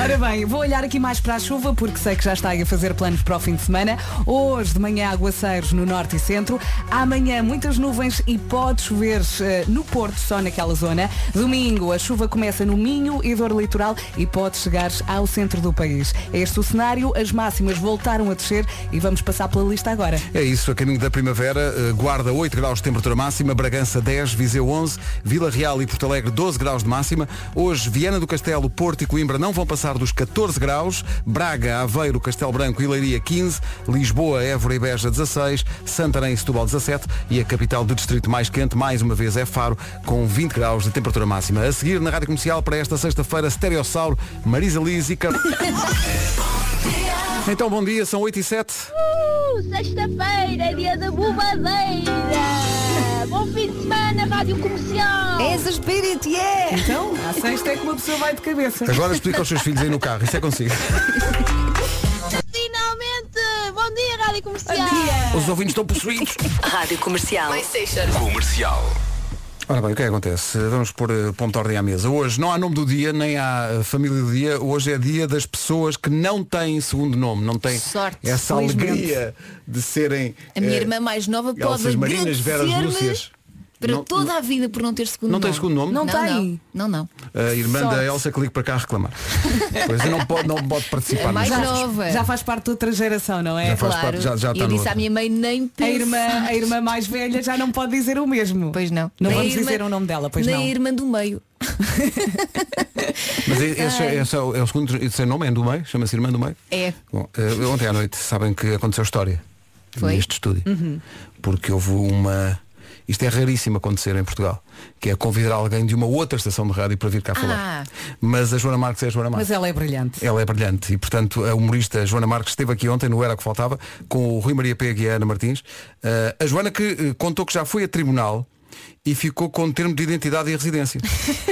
S4: Ora bem, vou olhar aqui mais para a chuva porque sei que já está aí a fazer planos para o fim de semana. Hoje de manhã aguaceiros no norte e centro. Amanhã muitas nuvens e pode chover eh, no Porto, só naquela zona. Domingo a chuva começa no Minho e dor litoral e pode chegar ao centro do país. É este o cenário, as máximas voltaram a descer e vamos passar pela lista agora.
S1: É isso, a caminho da primavera, eh, guarda 8 graus de temperatura máxima, Bragança 10, Viseu 11, Vila Real e Porto Alegre 12 graus de máxima. Hoje, Viana do Castelo, Porto e Coimbra não vão passar dos 14 graus, Braga, Aveiro, Castelo Branco e Leiria 15, Lisboa, Évora e Beja 16, Santarém e Setúbal 17 e a capital do distrito mais quente, mais uma vez, é Faro, com 20 graus de temperatura máxima. A seguir, na Rádio Comercial, para esta sexta-feira, Stereossauro, Marisa Liz e Car... Então, bom dia, são 8 e 7.
S12: Uh, Sexta-feira, dia da bobadeira. Bom fim de semana, Rádio Comercial.
S7: És espírito, yeah!
S4: Então, à sexta é que uma pessoa vai de cabeça.
S1: Agora explica aos seus filhos aí no carro, isso é consigo.
S12: Finalmente, bom dia, Rádio Comercial.
S1: Os ouvintes estão possuídos.
S13: Rádio Comercial. Comercial.
S1: Ora bem, o que é que acontece? Vamos pôr eh, ponto de ordem à mesa. Hoje não há nome do dia, nem há eh, família do dia. Hoje é dia das pessoas que não têm segundo nome, não têm
S7: Sorte,
S1: essa
S7: felizmente.
S1: alegria de serem.
S7: A minha
S1: eh,
S7: irmã mais nova pode
S1: Elsas Marinas, Veras
S7: agradecer-me
S1: Lúcias.
S7: para
S1: Não-
S7: toda a vida por não ter segundo
S1: Não
S7: nome.
S1: tem segundo nome?
S7: Não,
S1: Não
S7: tem. Não, não.
S1: A irmã da
S7: Sorte.
S1: Elsa que liga para cá a reclamar. pois eu não pode, não pode participar.
S7: A É mais
S1: nas coisas.
S7: nova.
S4: Já faz parte de outra geração, não é?
S1: Já faz parte, já- já
S7: E
S1: está
S7: eu
S1: no
S7: disse à minha mãe nem
S4: A
S7: pensar.
S4: irmã, a irmã mais velha já não pode dizer o mesmo.
S7: Pois não.
S4: Não
S7: Nem
S4: vamos
S7: a irmã-
S4: dizer o nome dela, pois
S7: nem
S4: não.
S7: a irmã do meio.
S1: Mas esse, esse é, o, é o segundo sem nome, é do meio, chama-se irmã do meio.
S7: É.
S1: Bom, eh, ontem à noite sabem que aconteceu história
S7: Foi?
S1: neste estúdio.
S4: Uhum.
S1: Porque houve uma. Isto é raríssimo acontecer em Portugal, que é convidar alguém de uma outra estação de rádio para vir cá falar. Mas a Joana Marques é a Joana Marques.
S4: Ah. Mas ela é brilhante.
S1: Ela é brilhante e, portanto, a humorista Joana Marques esteve aqui ontem no Era o Que Faltava com o Rui Maria Pega e a Ana Martins. Eh, a Joana que eh, contou que já foi a tribunal e ficou com o termo de identidade e residência.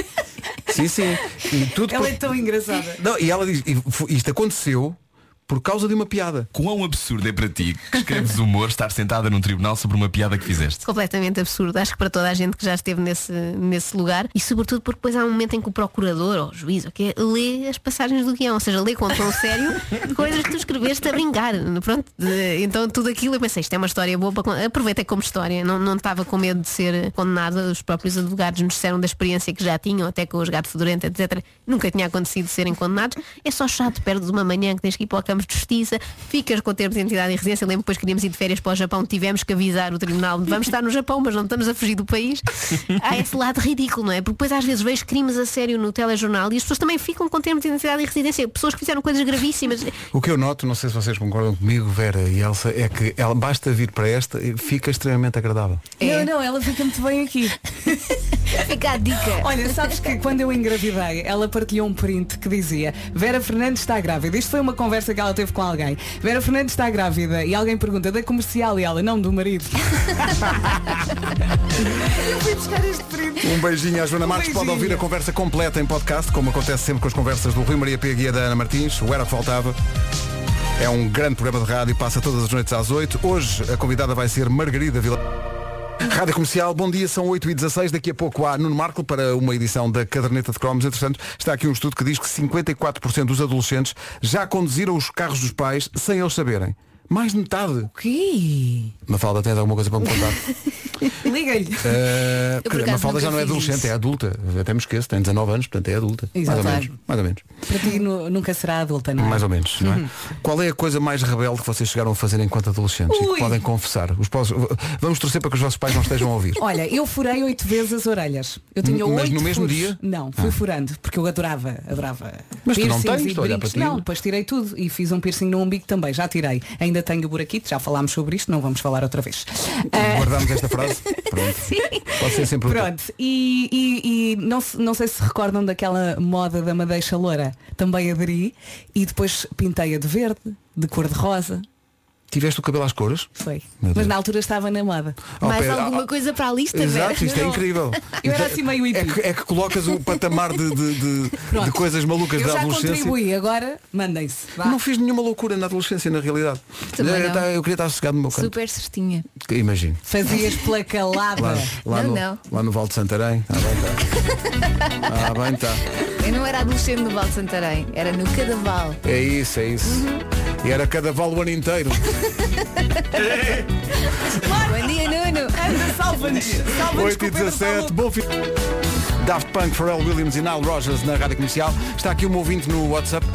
S1: sim, sim. E tudo
S4: Ela
S1: por-
S4: é tão engraçada.
S1: Não, e ela diz, e fo- isto aconteceu por causa de uma piada.
S14: Quão absurdo é para ti que escreves humor estar sentada num tribunal sobre uma piada que fizeste?
S15: é completamente absurdo, acho que para toda a gente que já esteve nesse, nesse lugar e sobretudo porque depois há um momento em que o procurador ou o juiz ou que lê as passagens do guião, ou seja, lê com tom sério coisas que tu escreveste a brincar pronto, eh, então tudo aquilo eu pensei isto é uma história boa, para con- aproveitei como história não, não estava com medo de ser condenada os próprios advogados nos disseram da experiência que já tinham até com os gato fedorento, etc nunca tinha acontecido serem condenados é só chato, perdes uma manhã que tens que ir para o campo de justiça ficas com o termo de identidade e residência lembro que depois queríamos ir de férias para o Japão tivemos que avisar o tribunal de vamos estar no Japão mas não estamos a fugir do país há esse lado ridículo, não é? Porque depois às vezes vejo crimes a sério no telejornal e as pessoas também ficam com termo de identidade e residência pessoas que fizeram coisas gravíssimas
S1: O que eu noto, não sei se vocês concordam comigo, Vera e Elsa, é que ela basta vir para esta e fica extremamente agradável.
S4: Não, não, ela fica muito bem aqui.
S15: Fica a dica.
S4: Olha, sabes que quando eu engravidei, ela partilhou um print que dizia Vera Fernandes está grávida. Isto foi uma conversa que ela teve com alguém. Vera Fernandes está grávida e alguém pergunta da comercial e ela, não do marido. eu fui buscar este print.
S1: Um beijinho à Joana
S4: Um
S1: Marques. Pode
S4: beijinho.
S1: ouvir a conversa completa em podcast, como acontece sempre com as conversas do Rui Maria Pega e da Ana Martins. O Era o que Faltava. É um grande programa de rádio, passa todas as noites às 8. Hoje a convidada vai ser Margarida Vila. Rádio Comercial, bom dia, são 8h16, daqui a pouco há Nuno Marco para uma edição da Caderneta de Cromos. Entretanto, está aqui um estudo que diz que 54% dos adolescentes já conduziram os carros dos pais sem eles saberem. Mais de metade. O
S4: quê?
S1: Mafalda, tens alguma coisa para me contar?
S4: Liga-lhe.
S1: Uh,
S4: por acaso nunca
S1: Mafalda já não é
S4: fiz
S1: adolescente,
S4: isso.
S1: é adulta. Até me esqueço, tem 19 anos, portanto é adulta.
S4: Exato.
S1: Mais ou menos. Mais ou menos.
S4: Para ti nu- nunca será adulta, não é?
S1: Mais ou menos, não é?
S4: Uhum.
S1: Qual é a coisa mais rebelde que vocês chegaram a fazer enquanto adolescentes e
S4: Ui.
S1: que podem confessar? Os pais- Vamos torcer para que os vossos pais não estejam a ouvir.
S4: Olha, eu furei oito vezes as orelhas. Eu tinha
S1: Mas
S4: oito
S1: no mesmo
S4: furos.
S1: dia?
S4: Não, fui
S1: Ah.
S4: furando, porque eu adorava, adorava.
S1: Mas tu não
S4: piercings
S1: tens,
S4: e
S1: estou a olhar
S4: brincos.
S1: para ti.
S4: Não, depois tirei tudo e fiz um piercing no umbigo também, já tirei. Ainda tenho o buraquito, já falámos sobre isto, não vamos falar outra vez. Ah,
S1: Guardámos esta frase. Pronto. Pode ser sempre útil.
S4: Pronto, e, e- e não, se- não sei se recordam daquela moda da madeixa loura. Também aderi e depois pintei-a de verde, de cor de rosa.
S1: Tiveste o cabelo às cores?
S4: Foi.
S1: Meu
S4: Mas na altura estava na moda.
S1: Ao Mais pé- alguma ao-
S4: coisa para a lista,
S1: Oh, Exato, isto é incrível.
S4: Eu era
S1: Isto é-
S4: assim meio
S1: é
S4: hippie.
S1: que, é que colocas o patamar de, de- de-
S4: Pronto.
S1: de coisas malucas
S4: Eu
S1: da
S4: já
S1: adolescência.
S4: contribuí, agora mandem-se. Vá.
S1: Não fiz nenhuma loucura na adolescência, na realidade.
S4: Também
S1: eu,
S4: não.
S1: tá- eu queria estar sossegado no meu canto.
S7: Super certinha.
S1: Imagino.
S4: Fazias pela calada.
S1: Lá, lá
S7: Não,
S1: no,
S7: não.
S1: lá no Val de Santarém. Ah, bem está. Ah, bem está.
S7: Eu não era adolescente no Val de Santarém, era no Cadaval.
S1: É isso, é isso. E era cadaval o ano inteiro.
S7: Bom dia, Nuno.
S4: Anda, salva-nos. Salva-nos
S1: 8 e 17, bom fim. Daft Punk, Pharrell Williams e Nile Rogers na rádio comercial. Está aqui um ouvinte no WhatsApp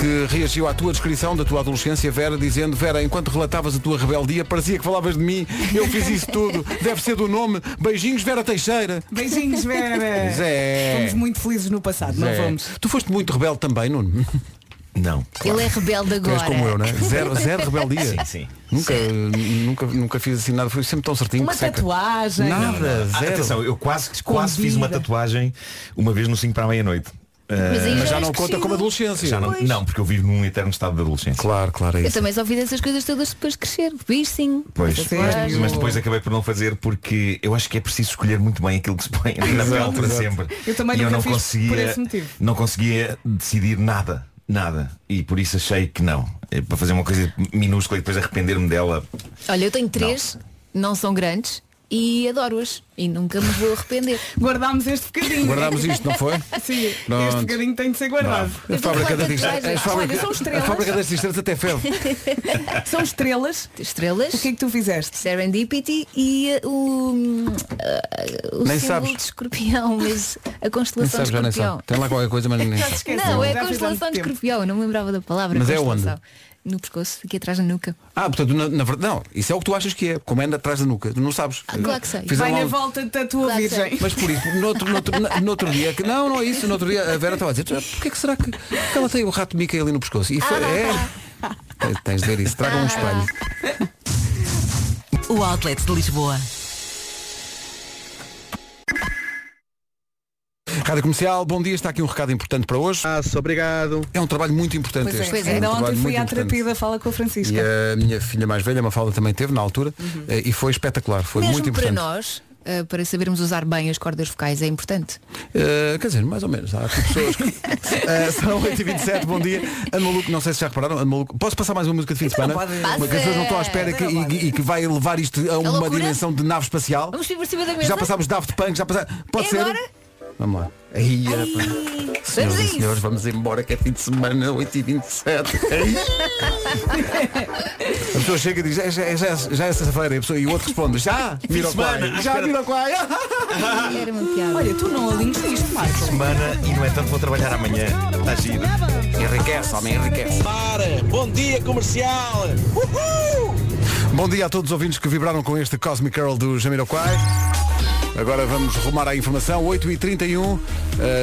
S1: que reagiu à tua descrição da tua adolescência, Vera, dizendo, Vera, enquanto relatavas a tua rebeldia, parecia que falavas de mim, eu fiz isso tudo, deve ser do nome. Beijinhos, Vera Teixeira.
S4: Beijinhos, Vera.
S1: Zé.
S4: Fomos É. muito felizes no passado, não
S1: Zé.
S4: fomos?
S1: Tu foste muito rebelde também, Nuno? Não.
S7: Ele é rebelde
S1: Tu és
S7: agora.
S1: como eu, né? Zero, zero rebeldia.
S7: Sim, sim.
S1: Nunca, nunca, nunca fiz assim nada, fui sempre tão certinho.
S4: Uma
S1: que seca.
S4: tatuagem.
S1: Nada,
S16: Não, não. Ah,
S1: zero.
S16: Atenção, eu quase, quase fiz uma tatuagem uma vez no 5 para a meia-noite.
S1: Mas aí
S16: Eh,
S1: já
S7: é
S1: Mas já és não conta crescido. como adolescência.
S16: Já não,
S1: Pois.
S16: não, porque eu vivo num eterno estado de adolescência.
S1: Claro, claro, é
S7: Eu também só fiz essas coisas todas depois de crescer. Piercing.
S16: Pois,
S7: tatuagem.
S16: mas depois acabei por não fazer porque eu acho que é preciso escolher muito bem aquilo que se põe na
S1: Exato,
S16: pele para
S1: exato.
S16: sempre.
S4: Eu também
S16: e eu
S4: nunca
S16: não
S4: fiz
S16: conseguia,
S4: por esse motivo.
S16: não conseguia decidir nada, nada. E por isso achei que não. É Para fazer uma coisa minúscula e depois arrepender-me dela.
S7: Olha, eu tenho três, não, são grandes e adoro-as. E nunca me vou arrepender.
S4: Guardámos este bocadinho.
S1: Guardámos isto, não foi?
S4: Sim,
S1: Pronto.
S4: este bocadinho tem de ser guardado.
S1: Bravo. A fábrica das estrelas.
S4: Olha,
S1: as fábrica-
S4: são
S1: A fábrica
S4: estrelas.
S1: das estrelas até ferve.
S4: São estrelas.
S7: Estrelas. O que
S4: é que tu fizeste?
S7: Serendipity e eh, o, eh, o símbolo
S1: Nem sabes.
S7: de escorpião, mas a
S1: Nem
S7: constelação
S1: sabe,
S7: de
S1: já nem
S7: escorpião.
S1: sabe. Tem lá qualquer coisa, mas nem
S4: Já se esqueceu,
S7: Não,
S4: já
S7: é a
S4: fez há
S7: constelação
S4: muito
S7: de
S4: tempo.
S7: escorpião, não me lembrava da palavra.
S1: Mas é
S7: constelação. No pescoço, aqui atrás da nuca.
S1: Ah, portanto, na, na verdade, não, isso é o que tu achas que é, como é atrás da nuca, tu não sabes.
S7: claro que sei.
S1: Fizeram
S4: Vai
S1: lá
S4: na
S1: um-
S4: volta da tua
S7: que
S4: virgem.
S1: Mas por isso, no outro, no outro- na- no outro dia, que não, não é isso, no outro dia a Vera estava a dizer, "Ah, porquê que será que, que ela tem o rato de Mickey ali no pescoço? E
S4: Ah,
S1: foi, é.
S4: tá.
S1: Tens- Tens de ver isso, traga um espelho.
S17: O Outlet de Lisboa.
S1: Rádio Comercial, bom dia, está aqui um recado importante para hoje. Ah, obrigado. É um trabalho muito importante
S4: Pois
S1: este.
S4: é,
S1: um
S4: ainda
S1: trabalho
S4: ontem fui
S1: muito
S4: à
S1: importante.
S4: terapia da fala com a Francisca.
S1: E é- a minha filha mais velha, Mafalda, também teve na altura
S4: Uhum.
S1: eh, e foi espetacular, foi
S7: Mesmo
S1: muito
S7: para
S1: importante.
S7: nós, eh, para sabermos usar bem as cordas vocais, é importante.
S1: Eh, quer dizer, mais ou menos, há aqui pessoas que. Eh, são 8h27, bom dia. Ana Maluco, não sei se já repararam, Ana Maluco. Posso passar mais uma música de fim de semana?
S7: Então pode. Então
S1: Uma que as pessoas não estão à espera que, e, e que vai levar isto a uma
S7: loucura?
S1: dimensão de nave espacial.
S7: Vamos vir por cima da mesa.
S1: Já passámos Daft Punk, já passámos. Pode
S7: É
S1: ser?
S7: agora?
S1: Vamos lá. Aí, rapaz. Senhoras
S7: a
S1: e
S7: isso.
S1: senhores, vamos embora que é fim de semana, 8h27. Ai. A pessoa chega e diz, "É, já, é- já, é- já é sexta-feira, e, a pessoa- e o outro responde, já,
S16: Fim de semana,
S1: Miracuai.
S16: à
S1: já,
S16: espera-
S1: Miracuai.
S7: Era uma piada.
S4: Olha, tu não alinhas isto, Marcos.
S16: Semana e no entanto vou trabalhar amanhã. Está giro.
S1: Enriquece, homem, enriquece.
S13: Bom dia, comercial. Uhul!
S1: Bom dia a todos os ouvintes que vibraram com este Cosmic Curl do Jamiroquai. Agora vamos rumar à informação. 8h31,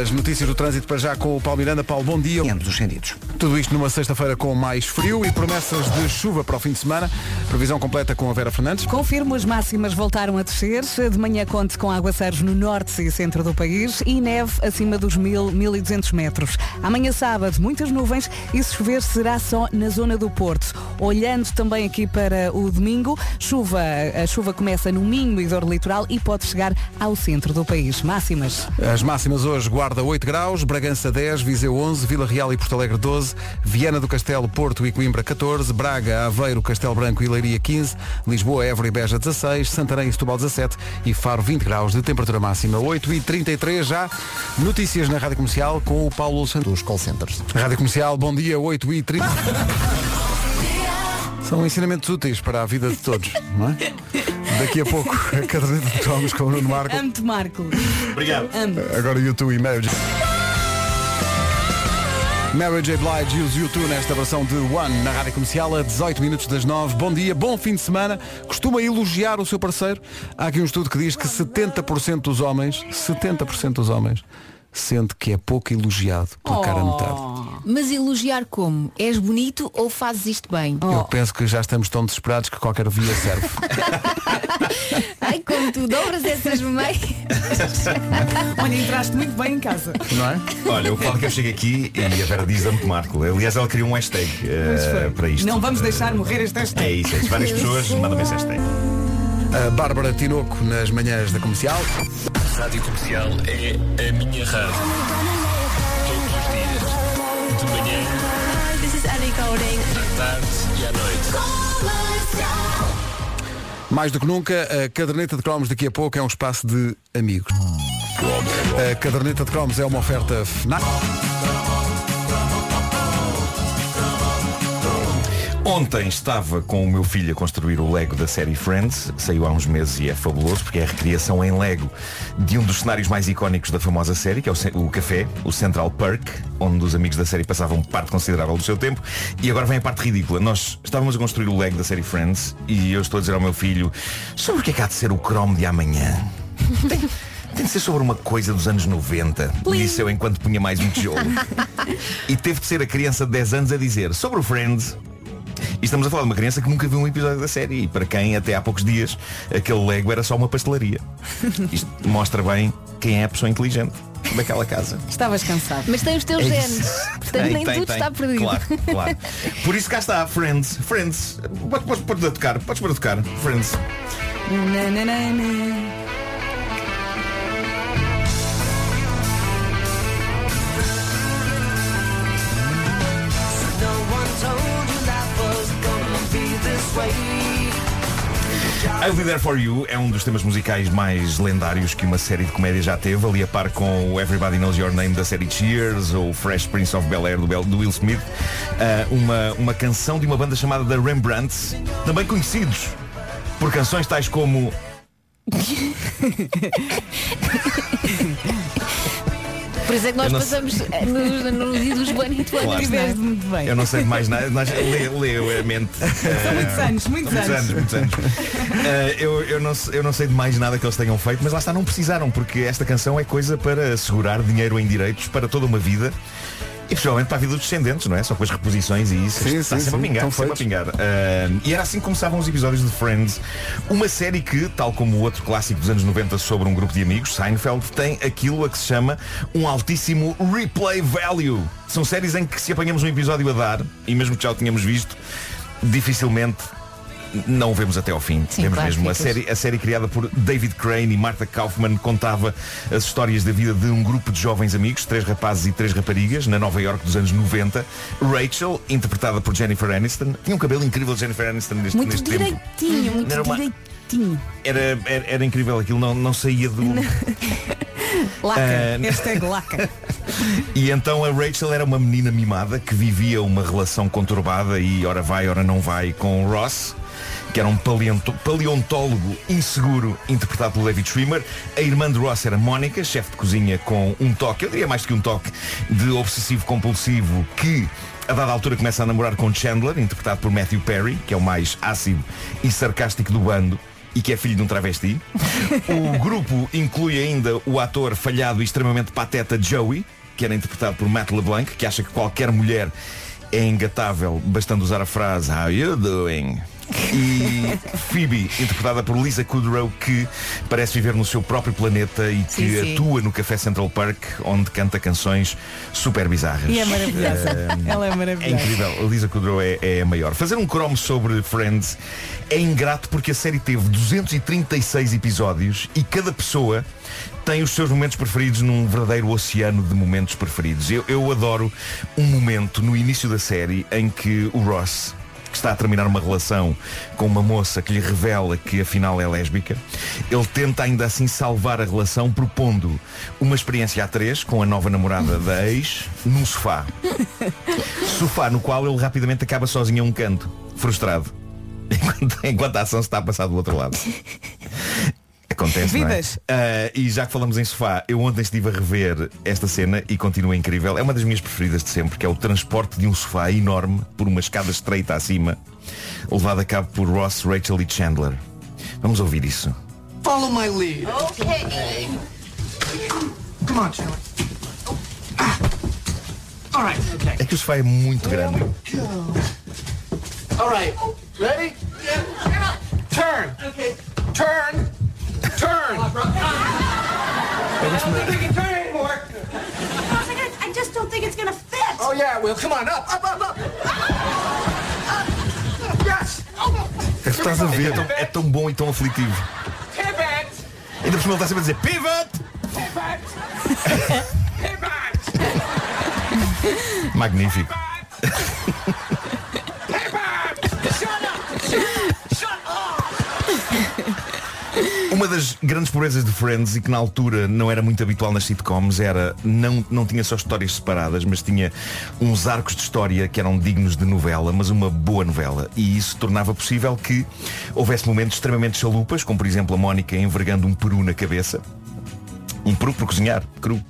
S1: as notícias do trânsito para já com o Paulo Miranda. Paulo, bom dia. Em
S3: ambos os sentidos.
S1: Tudo isto numa sexta-feira com mais frio e promessas de chuva para o fim de semana. Previsão completa com a Vera Fernandes.
S4: Confirmo, as máximas voltaram a descer. De manhã conte com aguaceiros no norte e centro do país e neve acima dos 1.000, 1.200 metros. Amanhã sábado, muitas nuvens e se chover será só na zona do Porto. Olhando também aqui para o domingo, chuva, a chuva começa no Minho e Douro Litoral e pode chegar ao centro do país. Máximas.
S1: As máximas hoje, Guarda 8 graus, Bragança 10, Viseu 11, Vila Real e Porto Alegre 12, Viana do Castelo, Porto e Coimbra 14, Braga, Aveiro, Castelo Branco e Leiria 15, Lisboa, Évora e Beja 16, Santarém e Setúbal 17 e Faro 20 graus de temperatura máxima. 8 e 33 já, notícias na Rádio Comercial com o Paulo Santos.
S10: Call centers.
S1: Rádio Comercial, bom dia, 8 e 30 São ensinamentos úteis para a vida de todos, não é? Daqui a pouco, a caderneta de cromos com o Nuno Marco.
S4: Amo-te, Marco.
S1: Obrigado.
S4: Amo.
S1: Agora YouTube e Marriage. Mary J. Blige e os U2 nesta versão de One na Rádio Comercial a 18 minutos das 9. Bom dia, bom fim de semana. Costuma elogiar o seu parceiro. Há aqui um estudo que diz que 70% dos homens, 70% dos homens, sente que é pouco elogiado pela cara metade.
S7: Mas elogiar como? És bonito ou fazes isto bem?
S1: Eu penso que já estamos tão desesperados que qualquer via serve.
S7: Ai, como tu dobras essas meias.
S4: Olha, entraste muito bem em casa.
S1: Não é?
S16: Olha, o que eu chego aqui e a Vera diz amo Marco. Aliás, ela criou um hashtag eh,
S4: Pois foi.
S16: para isto.
S4: Não vamos deixar morrer este hashtag.
S16: É isso, é isso. Várias pessoas mandam esse hashtag.
S1: A Bárbara Tinoco nas manhãs da comercial.
S13: Rádio Comercial é a minha rádio. Todos os dias, de manhã,
S17: This is Annie Golding.
S13: à tarde e à noite.
S1: Mais do que nunca, a caderneta de cromos daqui a pouco é um espaço de amigos. A caderneta de cromos é uma oferta FNAC.
S16: Ontem estava com o meu filho a construir o Lego da série Friends, saiu há uns meses e é fabuloso porque é a recriação em Lego de um dos cenários mais icónicos da famosa série, que é o, ce- o café, o Central Park, onde os amigos da série passavam parte considerável do seu tempo. E agora vem a parte ridícula. Nós estávamos a construir o Lego da série Friends e eu estou a dizer ao meu filho, sobre o que é que há de ser o Chrome de amanhã? Tem, tem de ser sobre uma coisa dos anos 90, disse eu enquanto punha mais um tijolo. E teve de ser a criança de 10 anos a dizer sobre o Friends. E estamos a falar de uma criança que nunca viu um episódio da série e para quem até há poucos dias aquele Lego era só uma pastelaria. Isto mostra bem quem é a pessoa inteligente daquela casa.
S4: Estavas cansado.
S7: Mas tem os teus
S16: É
S7: genes.
S16: isso.
S7: Portanto,
S16: Tem,
S7: nem
S16: tem,
S7: tudo
S16: tem.
S7: está perdido.
S16: Claro, claro. Por isso cá está, Friends. Friends. Podes, podes, podes a tocar, podes pôr a tocar. Friends.
S4: Na, na, na, na.
S16: I'll Be There For You é um dos temas musicais mais lendários que uma série de comédia já teve, ali a par com o Everybody Knows Your Name da série Cheers ou o Fresh Prince of Bel-Air do, Bel- do Will Smith, Ah, uma, uma canção de uma banda chamada The Rembrandts, também conhecidos por canções tais como
S7: Por isso é que nós
S16: Eu não
S7: passamos eh, nos nos ídolos bonitos
S16: Claro.
S7: anos, não é?
S16: Tiveste
S4: muito bem.
S16: Eu não sei de mais nada, mas lê, lê a mente.
S4: São muitos anos, muitos
S16: São
S4: anos.
S16: Eh, Muitos anos, muitos anos. Eh, eu, eu não, sei- eu não sei de mais nada que eles tenham feito, mas lá está, não precisaram, porque esta canção é coisa para assegurar dinheiro em direitos para toda uma vida. E principalmente para a vida dos descendentes, não é? Só com as reposições e isso.
S1: Sim,
S16: está
S1: sim,
S16: sempre
S1: sim,
S16: a pingar,
S1: estão
S16: sempre a pingar. Eh, e era assim que começavam os episódios de Friends. Uma série que, tal como o outro clássico dos anos 90 sobre um grupo de amigos, Seinfeld, tem aquilo a que se chama um altíssimo replay value. São séries em que se apanhamos um episódio a dar, e mesmo que já o tínhamos visto, dificilmente não o vemos até ao fim.
S18: Sim,
S16: vemos
S18: claro,
S16: mesmo a
S18: ficas.
S16: série, a série criada por David Crane e Martha Kaufman contava as histórias da vida de um grupo de jovens amigos, três rapazes e três raparigas, na Nova York dos anos 90. Rachel, interpretada por Jennifer Aniston, tinha um cabelo incrível de Jennifer Aniston neste,
S4: Muito
S16: neste tempo.
S4: direitinho, muito
S16: Era uma-
S4: direitinho.
S16: Era, era, era incrível aquilo, não, não saía do.
S4: Laca.
S16: Ah, não.
S4: Hashtag laca.
S16: E então a Rachel era uma menina mimada que vivia uma relação conturbada e ora vai, ora não vai com o Ross, que era um paleonto- paleontólogo inseguro interpretado pelo David Schwimmer. A irmã de Ross era Mónica, chefe de cozinha com um toque, eu diria mais do que um toque, de obsessivo compulsivo que a dada altura começa a namorar com Chandler, interpretado por Matthew Perry, que é o mais ácido e sarcástico do bando e que é filho de um travesti. O grupo inclui ainda o ator falhado e extremamente pateta Joey, que era interpretado por Matt LeBlanc, que acha que qualquer mulher é engatável, bastando usar a frase How you doing? E Phoebe, interpretada por Lisa Kudrow, que parece viver no seu próprio planeta e que
S13: Sim, sim.
S16: atua no Café Central Park, onde canta canções super bizarras.
S13: E é maravilhosa.
S16: Eh,
S13: Ela é
S16: É
S13: maravilhosa.
S16: incrível. A Lisa Kudrow é, é a maior. Fazer um cromo sobre Friends é ingrato porque a série teve 236 episódios e cada pessoa tem os seus momentos preferidos num verdadeiro oceano de momentos preferidos. Eu, eu adoro um momento no início da série em que o Ross que está a terminar uma relação com uma moça que lhe revela que afinal é lésbica, ele tenta ainda assim salvar a relação propondo uma experiência a três com a nova namorada da ex num sofá. Sofá no qual ele rapidamente acaba sozinho a um canto, frustrado. enquanto, enquanto a ação se está a passar do outro lado. Acontece.
S18: Vidas.
S16: Não é? Ah, e já que falamos em sofá, eu ontem estive a rever esta cena e continua incrível. É uma das minhas preferidas de sempre, que é o transporte de um sofá enorme por uma escada estreita acima, levado a cabo por Ross, Rachel e Chandler. Vamos ouvir isso.
S19: Follow my lead. Okay. Come on, Charlie. All right. Okay.
S16: É que o sofá é muito grande.
S19: All right. Ready? Turn. Okay. Turn. Turn. I don't think it can turn anymore.
S17: I just don't think it's gonna fit.
S19: Oh yeah, well, come on, up, up, up, up. Up. Yes.
S16: É que estás a ver. É tão, é tão bom e tão aflitivo.
S19: Pivot.
S16: Ainda por cima ele está sempre a dizer pivot!
S19: Pivot.
S16: Magnífico. Uma das grandes pobrezas de Friends e que na altura não era muito habitual nas sitcoms era não, não tinha só histórias separadas, mas tinha uns arcos de história que eram dignos de novela, mas uma boa novela. E isso tornava possível que houvesse momentos extremamente chalupas, como por exemplo a Mónica envergando um peru na cabeça. Um peru por cozinhar, cru.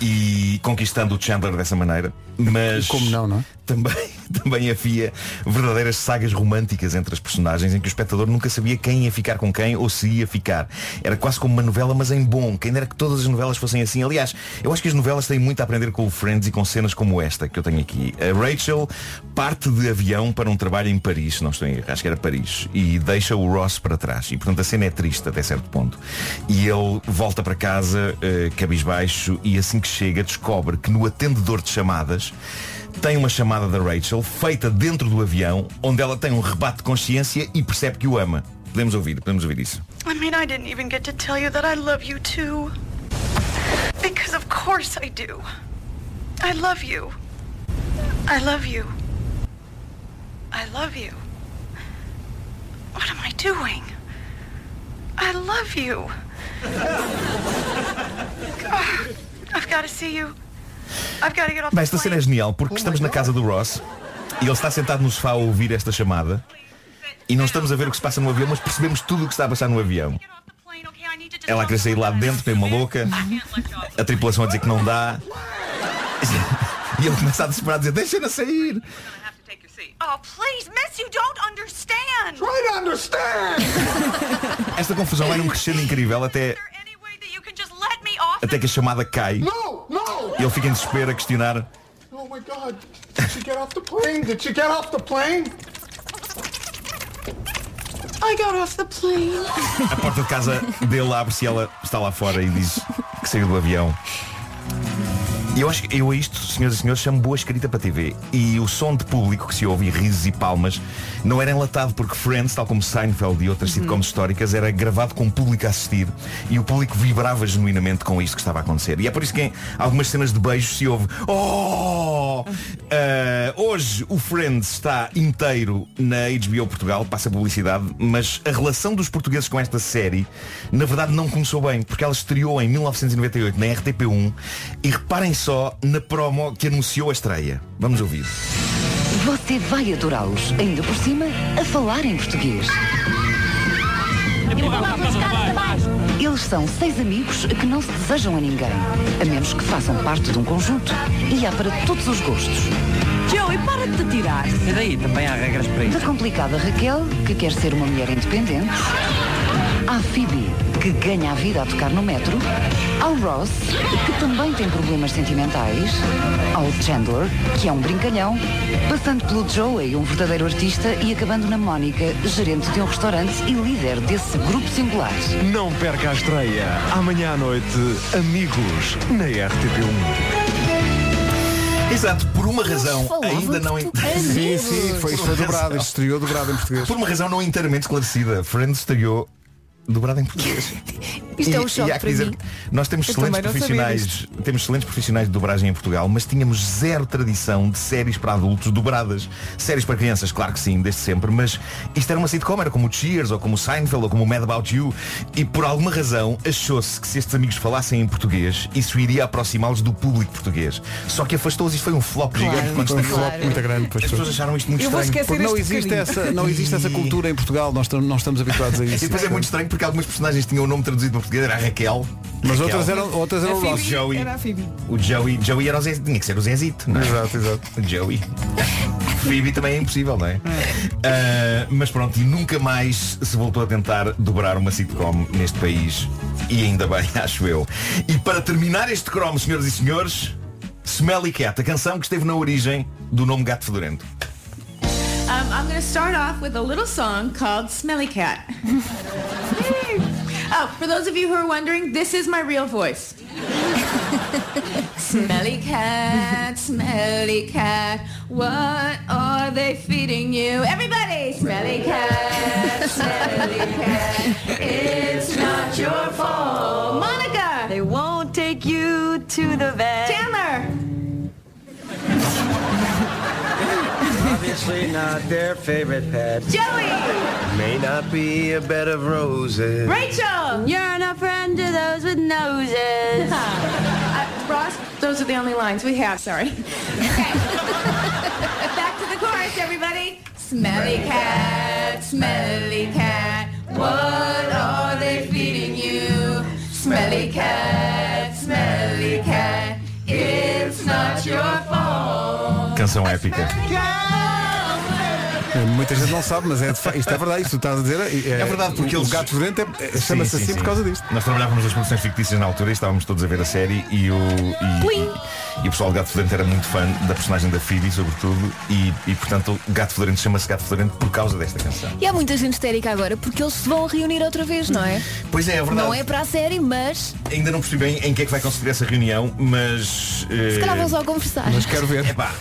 S16: e conquistando o Chandler dessa maneira. Mas
S1: Como não, não é?
S16: também, também havia verdadeiras sagas românticas entre as personagens em que o espectador nunca sabia quem ia ficar com quem ou se ia ficar. Era quase como uma novela, mas em bom. Quem era que todas as novelas fossem assim. Aliás, eu acho que as novelas têm muito a aprender com o Friends e com cenas como esta que eu tenho aqui. A Rachel parte de avião para um trabalho em Paris, se não estou em erro, acho que era Paris, e deixa o Ross para trás. E portanto a cena é triste até certo ponto. E ele volta para casa eh, cabisbaixo e assim que chega descobre que no atendedor de chamadas tem uma chamada da Rachel feita dentro do avião, onde ela tem um rebate de consciência e percebe que o ama. Podemos ouvir, podemos ouvir isso.
S17: I mean, I didn't even get to tell you that I love you too. Because of course I do. I love you. I love you. I love you. What am I doing? I love you. God, I've got to see you. I've got to get off the
S16: Bem, esta
S17: plane.
S16: cena é genial porque estamos na casa do Ross e ele está sentado no sofá a ouvir esta chamada e não estamos a ver o que se passa no avião, mas percebemos tudo o que está a passar no avião. Ela a querer sair lá de dentro, tem uma louca, a tripulação a dizer que não dá e ele começa a desesperar a dizer deixa-na sair.
S17: Oh, please, miss, you don't understand.
S19: Try to understand.
S16: Esta confusão era um crescendo incrível até, até que a chamada cai
S19: No, no.
S16: e ele fica em desespero a questionar
S19: Oh my God! Did she get off the plane? Did she get off the plane?
S17: I got off the plane.
S16: A porta de casa dele abre-se e ela está lá fora e diz que saiu do avião. E Eu acho que eu a isto, senhoras e senhores, chamo boa escrita para TV. E o som de público que se ouve e risos e palmas não era enlatado porque Friends, tal como Seinfeld e outras sitcoms históricas, era gravado com o público a assistir e o público vibrava genuinamente com isto que estava a acontecer. E é por isso que em algumas cenas de beijos se ouve Oh! Ah, hoje o Friends está inteiro na HBO Portugal, passa publicidade, mas a relação dos portugueses com esta série, na verdade, não começou bem, porque ela estreou em 1998 na RTP1 e reparem só na promo que anunciou a estreia. Vamos ouvir.
S20: Você vai adorá-los, ainda por cima, a falar em português. Eles são seis amigos que não se desejam a ninguém, a menos que façam parte de um conjunto. E há para todos os gostos. Joey, para de te tirar.
S21: E daí também há regras para
S20: Da complicada Raquel, que quer ser uma mulher independente. À Phoebe, que ganha a vida a tocar no metro. Ao Ross, que também tem problemas sentimentais. Ao Chandler, que é um brincalhão. Passando pelo Joey, um verdadeiro artista. E acabando na Mónica, gerente de um restaurante e líder desse grupo singular.
S22: Não perca a estreia. Amanhã à noite, amigos, na RTP1.
S16: Exato, por uma razão ainda não
S7: Ah,
S1: Sim, sim, foi,
S16: Por
S1: foi
S16: uma
S1: dobrado,
S16: razão-
S1: isto estreou dobrado em português.
S16: Por uma razão não inteiramente esclarecida, Friends estreou dobrado em português.
S7: Isto
S16: e,
S7: é um choque
S16: e há que
S7: para
S16: dizer,
S7: mim.
S16: Nós temos
S7: Eu
S16: excelentes
S7: também não sabia
S16: profissionais, temos excelentes profissionais de dobragem em Portugal, mas tínhamos zero tradição de séries para adultos dobradas. Séries para crianças, claro que sim, desde sempre, mas isto era uma sitcom, era como o Cheers, ou como o Seinfeld, ou como o Mad About You, e por alguma razão achou-se que se estes amigos falassem em português, isso iria aproximá-los do público português. Só que afastou-os, isto foi um flop
S1: Claro,
S16: gigante. quando
S1: foi um
S16: isto
S1: flop
S16: acabou.
S1: muito grande,
S16: As
S1: pois
S16: pessoas
S1: foi.
S16: acharam isto muito
S1: Eu vou
S16: estranho.
S1: esquecer Porque não este existe bocadinho. essa- não existe essa cultura em Portugal, nós não estamos habituados a isso.
S16: E depois é muito estranho porque algumas personagens tinham o nome traduzido para português, era a Raquel.
S1: Mas
S16: Raquel.
S1: outras eram- outras eram A o nosso. Phoebe
S16: Joey.
S1: era a Phoebe.
S16: O Joey, Joey era o Zezito, tinha que ser o Zezito. Não é? Exato, exato. O Joey. Phoebe também é impossível, não é? Ah, mas pronto, e nunca mais se voltou a tentar dobrar uma sitcom neste país. E ainda bem, acho eu. E para terminar este cromo, senhoras e senhores, Smelly Cat, a canção que esteve na origem do nome Gato Fedorento.
S2: Um, I'm going to start off with a little song called Smelly Cat. oh, for those of you who are wondering, this is my real voice. smelly cat, smelly cat, what are they feeding you? Everybody, smelly cat, smelly cat, it's not your fault. Monica!
S17: They won't take you to the vet.
S2: Chandler!
S5: Obviously not their favorite pet.
S2: Joey!
S5: May not be a bed of roses.
S2: Rachel!
S17: You're not friend to those with noses.
S2: Uh, Ross, those are the only lines we have. Sorry. Okay. Back to the chorus, everybody. Smelly cat, smelly cat, what are they feeding you? Smelly cat, smelly cat, it's not your fault.
S16: Canção épica.
S1: Muita gente não sabe, mas é de fa- isto é verdade, isto que tu estás a dizer.
S16: É verdade, porque
S1: o
S16: eles-
S1: gato fedorento é- é-
S16: Sim,
S1: chama-se
S16: sim,
S1: assim
S16: sim.
S1: por causa disto.
S16: Nós trabalhávamos nas produções fictícias na altura e estávamos todos a ver a série e o, e, e o pessoal do Gato Fedorento era muito fã da personagem da Phoebe, sobretudo, e, e portanto o Gato Fedorento chama-se Gato Fedorento por causa desta canção.
S7: E há muita gente histérica agora porque eles se vão reunir outra vez, não é?
S16: Pois é, é verdade.
S7: Não é para a série, mas
S16: Ainda não percebi bem em que é que vai conseguir essa reunião, mas... eh,
S7: se calhar vão só conversar.
S16: ver. Epá,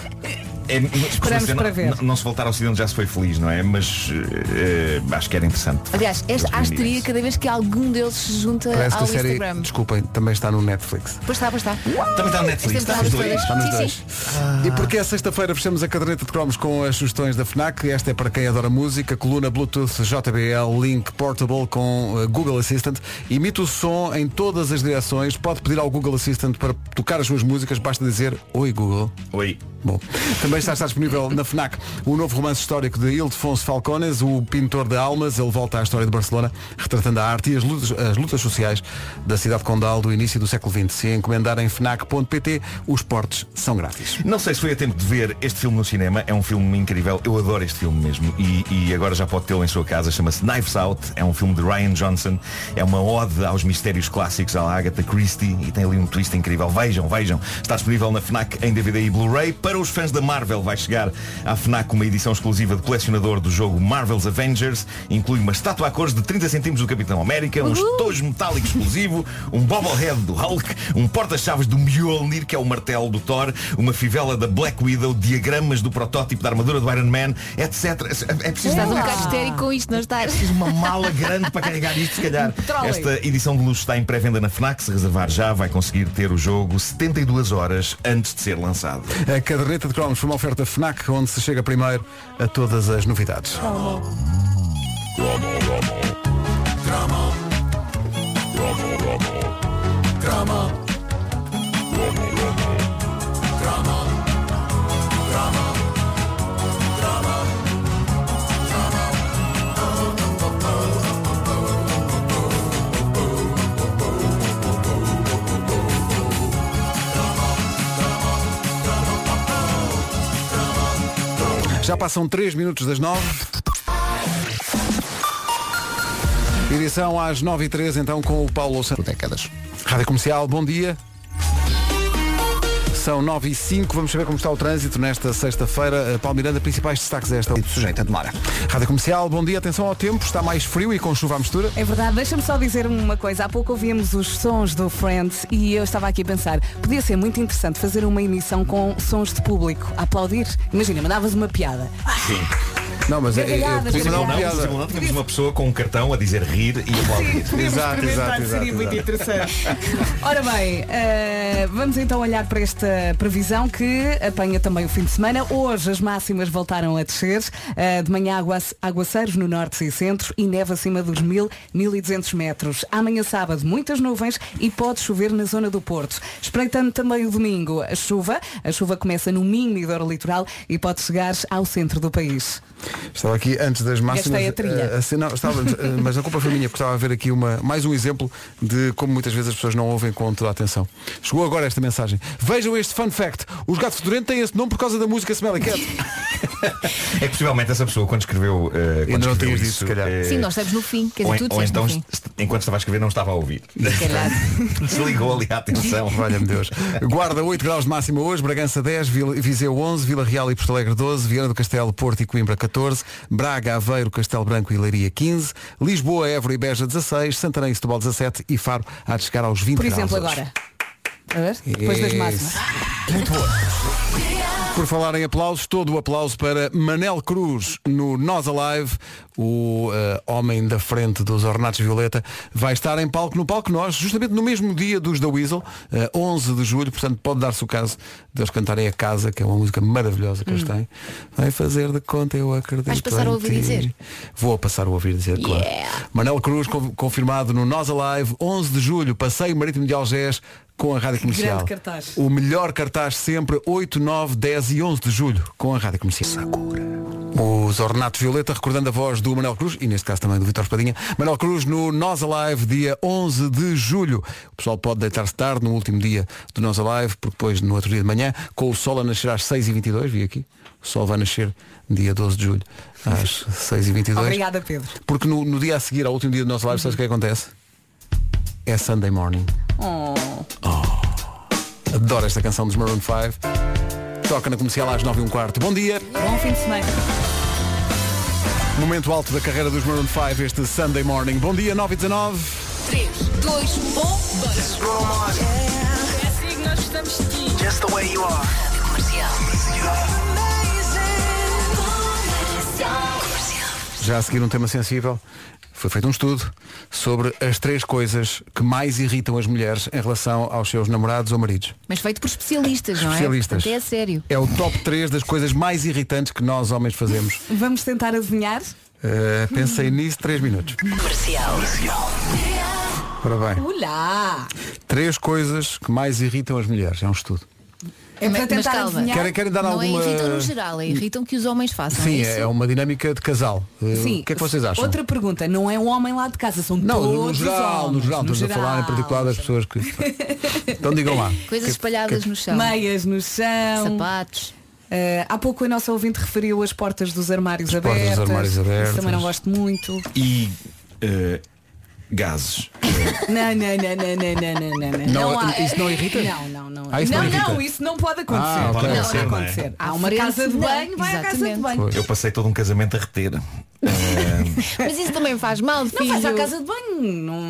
S16: é, mas,
S7: Esperamos
S16: não-
S7: para ver.
S16: Não, não se voltar ao ocidente já se foi feliz, não é? Mas eh, eh, acho que era interessante.
S7: Aliás, esta
S16: Eles reuniram-se.
S7: asteria cada vez que algum deles se junta
S1: Parece que
S7: ao
S1: a série,
S7: Instagram.
S1: desculpem, também está no Netflix.
S7: Pois está, pois está.
S16: Também está no Netflix,
S7: As
S16: está
S7: temporadas
S16: nos
S7: todas.
S16: dois.
S1: Está nos
S7: Sim,
S1: dois.
S7: sim.
S1: E porque é sexta-feira fechamos a caderneta de cromos com as sugestões da FNAC. Esta é para quem adora música, coluna Bluetooth JBL, link portable com eh, Google Assistant. Imita o som em todas as direções. Pode pedir ao Google Assistant para tocar as suas músicas. Basta dizer Oi Google.
S16: Oi.
S1: Bom, também está, está disponível na FNAC o novo romance histórico de Ildefonso Falcones, o pintor de almas. Ele volta à história de Barcelona, retratando a arte e as lutas, as lutas sociais da cidade condal do início do século XX. Se encomendar em FNAC.pt, os portes são grátis.
S16: Não sei se foi a tempo de ver este filme no cinema, é um filme incrível, eu adoro este filme mesmo e, e agora já pode tê-lo em sua casa, chama-se Knives Out, é um filme de Ryan Johnson, é uma ode aos mistérios clássicos à Agatha Christie e tem ali um twist incrível. Vejam, vejam, está disponível na FNAC em DVD e Blu-ray. Para os fãs da Marvel vai chegar à FNAC uma edição exclusiva de colecionador do jogo Marvel's Avengers, inclui uma estátua a cores de 30 centímetros do Capitão América, um estojo metálico explosivo, um bobblehead do Hulk, um porta-chaves do Mjolnir, que é o martelo do Thor, uma fivela da Black Widow, diagramas do protótipo da armadura do Iron Man, etc. É preciso
S7: Estás um bocado histérico com isto, não estás?
S16: uma mala grande para carregar isto, se calhar.
S7: Trolley.
S16: Esta edição de luxo está em pré-venda na FNAC. Se reservar já, vai conseguir ter o jogo 72 horas antes de ser lançado.
S1: A caderneta de cromos foi uma oferta FNAC, onde se chega primeiro a todas as novidades. Já passam 3 minutos das 9. Edição às 9 e 13 então com o Paulo Santos. Décadas. Rádio Comercial, bom dia. São 9 e 5, vamos saber como está o trânsito nesta sexta-feira. Eh, Paulo Miranda, principais destaques a esta. Sujeita a demora. Rádio Comercial, bom dia, atenção ao tempo, está mais frio e com chuva à mistura.
S4: É verdade, deixa-me só dizer uma coisa. Há pouco ouvimos os sons do Friends e eu estava aqui a pensar, podia ser muito interessante fazer uma emissão com sons de público a aplaudir. Imagina, mandavas uma piada.
S16: Sim.
S1: Não, mas é- é- eu
S4: Gargalhadas,
S1: podia mandar uma
S16: Não,
S1: piada.
S16: mas não, tínhamos uma pessoa com um cartão a dizer rir e aplaudir.
S4: podemos experimentar, seria muito Ora bem, eh, vamos então olhar para esta previsão que apanha também o fim de semana. Hoje as máximas voltaram a descer. Eh, de manhã agua aguaceiros no norte e centro e neve acima dos 1.000, 1.200 metros. Amanhã sábado muitas nuvens e pode chover na zona do Porto. Espreitando também o domingo a chuva. A chuva começa no Minho e Douro Litoral e pode chegar ao centro do país.
S1: Estava aqui antes das máximas.
S4: Gastei a trilha.
S1: eh, assim, não, estava, eh, mas a culpa foi minha, porque estava a ver aqui uma, mais um exemplo de como muitas vezes as pessoas não ouvem com toda a atenção. Chegou agora esta mensagem. Vejam este fun fact. Os gatos fedorentos têm esse nome por causa da música Smelly Cat.
S16: É que possivelmente essa pessoa quando escreveu, uh, quando
S1: não
S16: escreveu
S1: tinhas
S16: isso,
S1: dito, se calhar.
S16: eh,
S7: Sim, nós estamos no fim. Quer
S16: ou,
S7: dizer,
S16: en-
S7: tu
S16: ou
S7: disseste
S16: então,
S7: no fim.
S16: est- enquanto estava a escrever, não estava a ouvir.
S7: calhar.
S16: Desligou ali a atenção.
S1: Valha-me Deus. Guarda 8 graus de máxima hoje, Bragança 10, Vil- Viseu 11, Vila Real e Porto Alegre 12, Viana do Castelo, Porto e Coimbra 14, Braga, Aveiro, Castelo Branco e Leiria 15, Lisboa, Évora e Beja 16, Santarém e Setúbal 17 e Faro há de chegar aos 20
S4: Por
S1: graus.
S4: exemplo,
S1: hoje.
S4: agora. A ver? Depois das
S1: Isso.
S4: máximas.
S1: Muito boa. Por falar em aplausos, todo o aplauso para Manel Cruz no Nós Alive, o eh, homem da frente dos Ornatos Violeta, vai estar em palco no palco Nós, justamente no mesmo dia dos da Weasel, eh, 11 de julho, portanto pode dar-se o caso de eles cantarem A Casa, que é uma música maravilhosa que eles têm. Vai fazer de conta, eu acredito.
S7: Hum. Vais passar a
S1: em
S7: ouvir
S1: ti.
S7: dizer?
S1: Vou passar a ouvir dizer,
S7: Yeah.
S1: claro. Manel Cruz con- confirmado no Nós Alive, 11 de julho, passeio marítimo de Algés com a Rádio Comercial.
S4: grande cartaz.
S1: O melhor cartaz sempre, 8, 9, 10 e 11 de julho, com a Rádio Comercial. Os Ornatos Violeta, recordando a voz do Manuel Cruz, e neste caso também do Vitor Espadinha. Manuel Cruz no Nós Alive, dia 11 de julho. O pessoal pode deitar-se tarde no último dia do Nós Alive, porque depois no outro dia de manhã, com o sol a nascer às 6h22, vi aqui, o sol vai nascer dia 12 de julho, às 6h22.
S4: Obrigada, Pedro.
S1: Porque no, no dia a seguir, ao último dia do nosso live, sabes o que acontece? É Sunday Morning. Oh.
S4: Oh.
S1: Adoro esta canção dos Maroon 5. Toca na comercial às 9 e um quarto. Bom dia.
S4: Bom fim de semana.
S1: Momento alto da carreira dos Maroon 5, este Sunday Morning. Bom dia, 9 e 19.
S18: 3, 2, 1, 2. É assim que nós estamos aqui. Just the way you are. Comercial.
S1: Já a seguir um tema sensível. Foi feito um estudo sobre as três coisas que mais irritam as mulheres em relação aos seus namorados ou maridos.
S7: Mas feito por especialistas, não é?
S1: Especialistas.
S7: Até é sério.
S1: É o top 3 das coisas mais irritantes que nós homens fazemos.
S4: Vamos tentar adivinhar?
S1: Eh, pensei nisso 3 minutos.
S4: Comercial.
S1: Ora bem.
S4: Olá!
S1: Três coisas que mais irritam as mulheres. É um estudo.
S4: É para
S7: Mas
S4: tentar
S7: calma,
S4: adivinhar.
S1: Querem- querem dar
S7: não
S1: alguma-
S7: é irritam no geral, é irritam que os homens façam.
S1: Sim,
S7: isso?
S1: é uma dinâmica de casal. Eh,
S4: Sim.
S1: O que é que vocês acham?
S4: Outra pergunta, não é um homem lá de casa, são
S1: Não,
S4: todos
S1: no geral,
S4: os homens,
S1: no geral,
S4: no
S1: estamos a falar em particular das pessoas que. Então digam lá.
S7: Coisas espalhadas no
S4: Então.
S7: chão.
S4: Meias no chão. Eh,
S7: Sapatos.
S4: há pouco a nossa ouvinte referiu as portas dos armários
S16: portas
S4: abertas.
S16: dos armários abertas.
S4: Isso também não gosto muito.
S16: E eh, gases.
S4: não, não, não, não, não, não, não, não.
S16: Não,
S4: há-
S16: isso não irrita?
S4: Não, não, não.
S16: Ah, isso não irrita?
S4: isso não pode acontecer.
S16: Ah, pode
S4: não, não
S16: acontecer, não é?
S4: acontecer.
S7: À
S4: Há uma
S7: frente,
S4: casa de
S7: não.
S4: banho, vai à casa de
S7: Exatamente.
S4: banho.
S16: Eu passei todo um casamento a reter.
S7: Mas isso também faz mal, filho.
S4: Não vais à casa de banho. Não,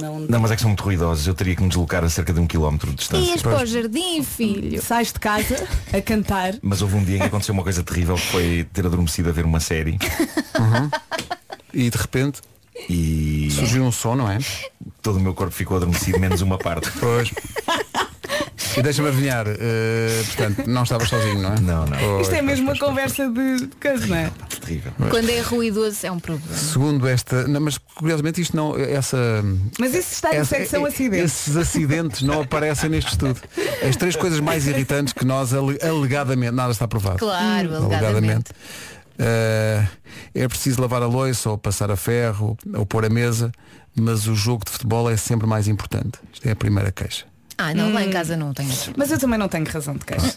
S4: não,
S16: Não, mas é que são muito ruidosos. Eu teria que me deslocar a cerca de um quilómetro de distância.
S7: Ias para o jardim, filho.
S4: Sais de casa a cantar.
S16: Mas houve um dia em que aconteceu uma coisa terrível que foi ter adormecido a ver uma série.
S1: E de repente
S16: e
S1: surgiu um som, não é?
S16: Todo o meu corpo ficou adormecido, menos uma parte.
S1: Pois. E deixa-me adivinhar, eh, portanto, não estavas sozinho, não é?
S16: Não,
S1: não.
S4: Isto é mesmo uma conversa de de casa, não é?
S7: Quando é ruidoso é um problema.
S1: Segundo esta. Não, mas curiosamente isto não. Essa.
S4: Mas isso está em
S1: essa-
S4: secção
S1: eh,
S4: acidentes.
S1: Esses acidentes não aparecem neste estudo. As três coisas mais irritantes que nós ale- alegadamente. Nada está provado.
S7: Claro,
S1: Hum, alegadamente. Eh, é preciso lavar a louça ou passar a ferro ou pôr a mesa, mas o jogo de futebol é sempre mais importante. Isto é a primeira queixa.
S7: Ah, não, lá em casa não tenho.
S4: Mas eu também não tenho razão de queixa.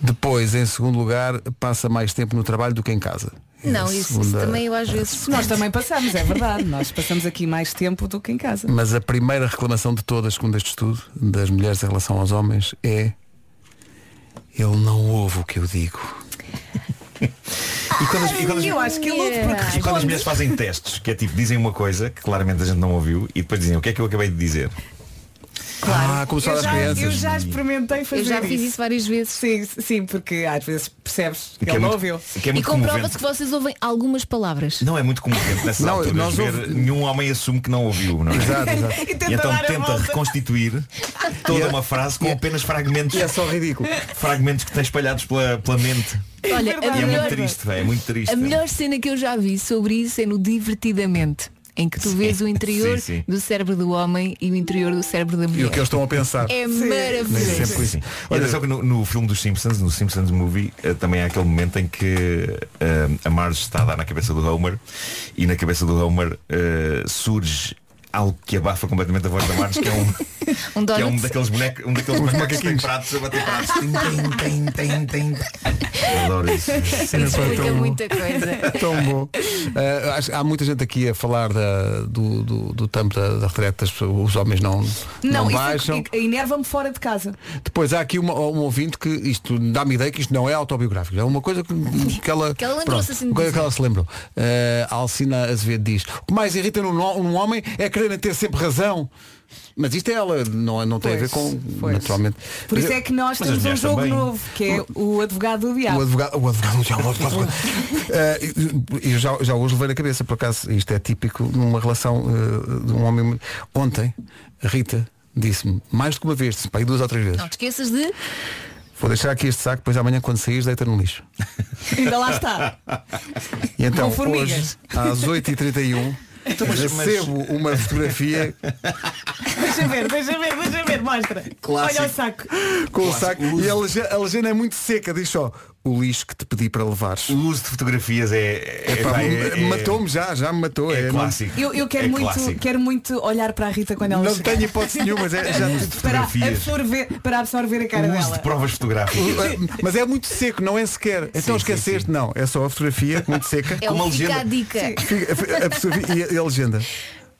S1: Depois, em segundo lugar, passa mais tempo no trabalho do que em casa. É a
S4: Não, isso- isso
S1: segunda-
S4: também eu às vezes. Nós também passamos, é verdade. Nós passamos aqui mais tempo do que em casa.
S1: Mas a primeira reclamação de todas, segundo este estudo, das mulheres em relação aos homens é ele não ouve o que eu digo.
S16: E quando as- e quando as-
S4: Eu acho que ele ouve porque
S16: E é quando as
S4: responde.
S16: mulheres fazem testes, que é tipo, dizem uma coisa que claramente a gente não ouviu e depois dizem o que é que eu acabei de dizer.
S1: Claro. Ah, começar
S4: eu
S1: às
S4: já,
S1: crianças.
S4: Eu já experimentei fazer
S7: Eu já fiz isso
S4: várias vezes. Sim, sim, porque às vezes percebes que,
S16: Que é
S4: ele não
S16: muito-
S4: ouviu.
S16: que é muito
S7: e comprova-se
S16: comovente.
S7: que vocês ouvem algumas palavras.
S16: Não é muito comovente nessas
S1: Não,
S16: alturas
S1: nós
S16: ver
S1: ouve-
S16: nenhum homem assume que não ouviu, não é?
S1: Exato, exato. E
S16: E,
S1: tenta
S16: então
S1: dar a
S16: tenta
S1: volta.
S16: reconstituir toda uma frase com apenas fragmentos.
S1: é só ridículo.
S16: Fragmentos que tens espalhados pela, pela mente.
S7: Olha,
S16: e
S7: a
S16: é muito
S7: melhor,
S16: triste, véio, é muito triste.
S7: a melhor cena que eu já vi sobre isso é no Divertidamente, em que tu vês o interior
S1: sim, sim.
S7: do cérebro do homem e o interior do cérebro da mulher.
S1: E o que eles estão a pensar.
S7: É maravilhoso.
S1: Nem sempre assim. isso.
S16: E atenção que no, no filme dos Simpsons, no Simpsons Movie, eh, também há aquele momento em que eh, a Marge está a dar na cabeça do Homer e na cabeça do Homer eh, surge algo que abafa completamente a voz da Marge, que é um,
S7: Um
S16: que é um
S7: donut.
S16: daqueles bonecos, um daqueles
S7: Uns
S16: bonecos que tem
S7: macaquinhos.
S16: pratos a bater pratos. Tim, tim, tim, tim, tim. Adoro isso.
S7: Isso
S16: um
S7: explica muita coisa.
S1: Tão bom. Ah, acho- há muita gente aqui a falar da- do, do, do tampo da, da retrete, das pessoas- os homens não, não,
S4: Não, isso
S1: baixam.
S4: é que- enerva-me fora de casa.
S1: Depois há aqui uma- um ouvinte que isto dá-me ideia que isto não é autobiográfico. É uma coisa que, que ela.
S4: Que ela lembrou-se
S1: pronto,
S4: assim de
S1: uma coisa que
S4: dizer.
S1: ela se lembrou. Eh, a Alcina Azevedo diz, o que mais irrita num, num homem é querer ter sempre razão. Mas isto é ela, não, não tem a ver
S4: Pois,
S1: com.
S4: pois.
S1: Naturalmente.
S4: Por isso é que nós
S1: Mas
S4: temos um
S1: as mulheres
S4: jogo
S1: também.
S4: novo, que é o advogado do diabo.
S1: O advogado, o advogado, o diabo, o advogado, o advogado. Eh, eu já, já hoje levei na cabeça, por acaso, isto é típico numa relação eh, de um homem. e uma mulher. Ontem, a Rita disse-me, mais do que uma vez, disse, pá, aí duas ou três vezes,
S7: Não te esqueças de. é
S1: vou deixar aqui este saco, depois amanhã quando saís deita no lixo.
S7: Ainda lá está.
S1: E então,
S7: Com formigas.
S1: hoje, às 8h31,
S4: mas- mas-
S1: recebo uma fotografia
S4: Deixa ver, deixa ver, deixa ver, mostra.
S1: Clássico.
S4: Olha o saco.
S1: com o saco e a lege- a legenda é muito seca, diz só, o lixo que te pedi para levares.
S16: O uso de fotografias é.
S1: Epá,
S16: é- é-
S1: matou-me já, já me matou. É,
S16: clássico.
S4: Eu, eu quero,
S16: É
S4: muito,
S16: clássico.
S4: quero muito olhar para a Rita quando ela
S1: Não
S4: chegar.
S1: tenho hipótese nenhuma, mas é- já tive
S4: para
S1: fotografias.
S4: absorver, para absorver a cara
S1: O uso
S4: dela.
S1: de
S16: Provas fotográficas.
S1: Mas é muito seco, não é sequer. Então esqueceste, não. É só a fotografia, muito seca.
S7: É o fica a dica.
S1: Fica- a- absorvi- E a, e a legenda.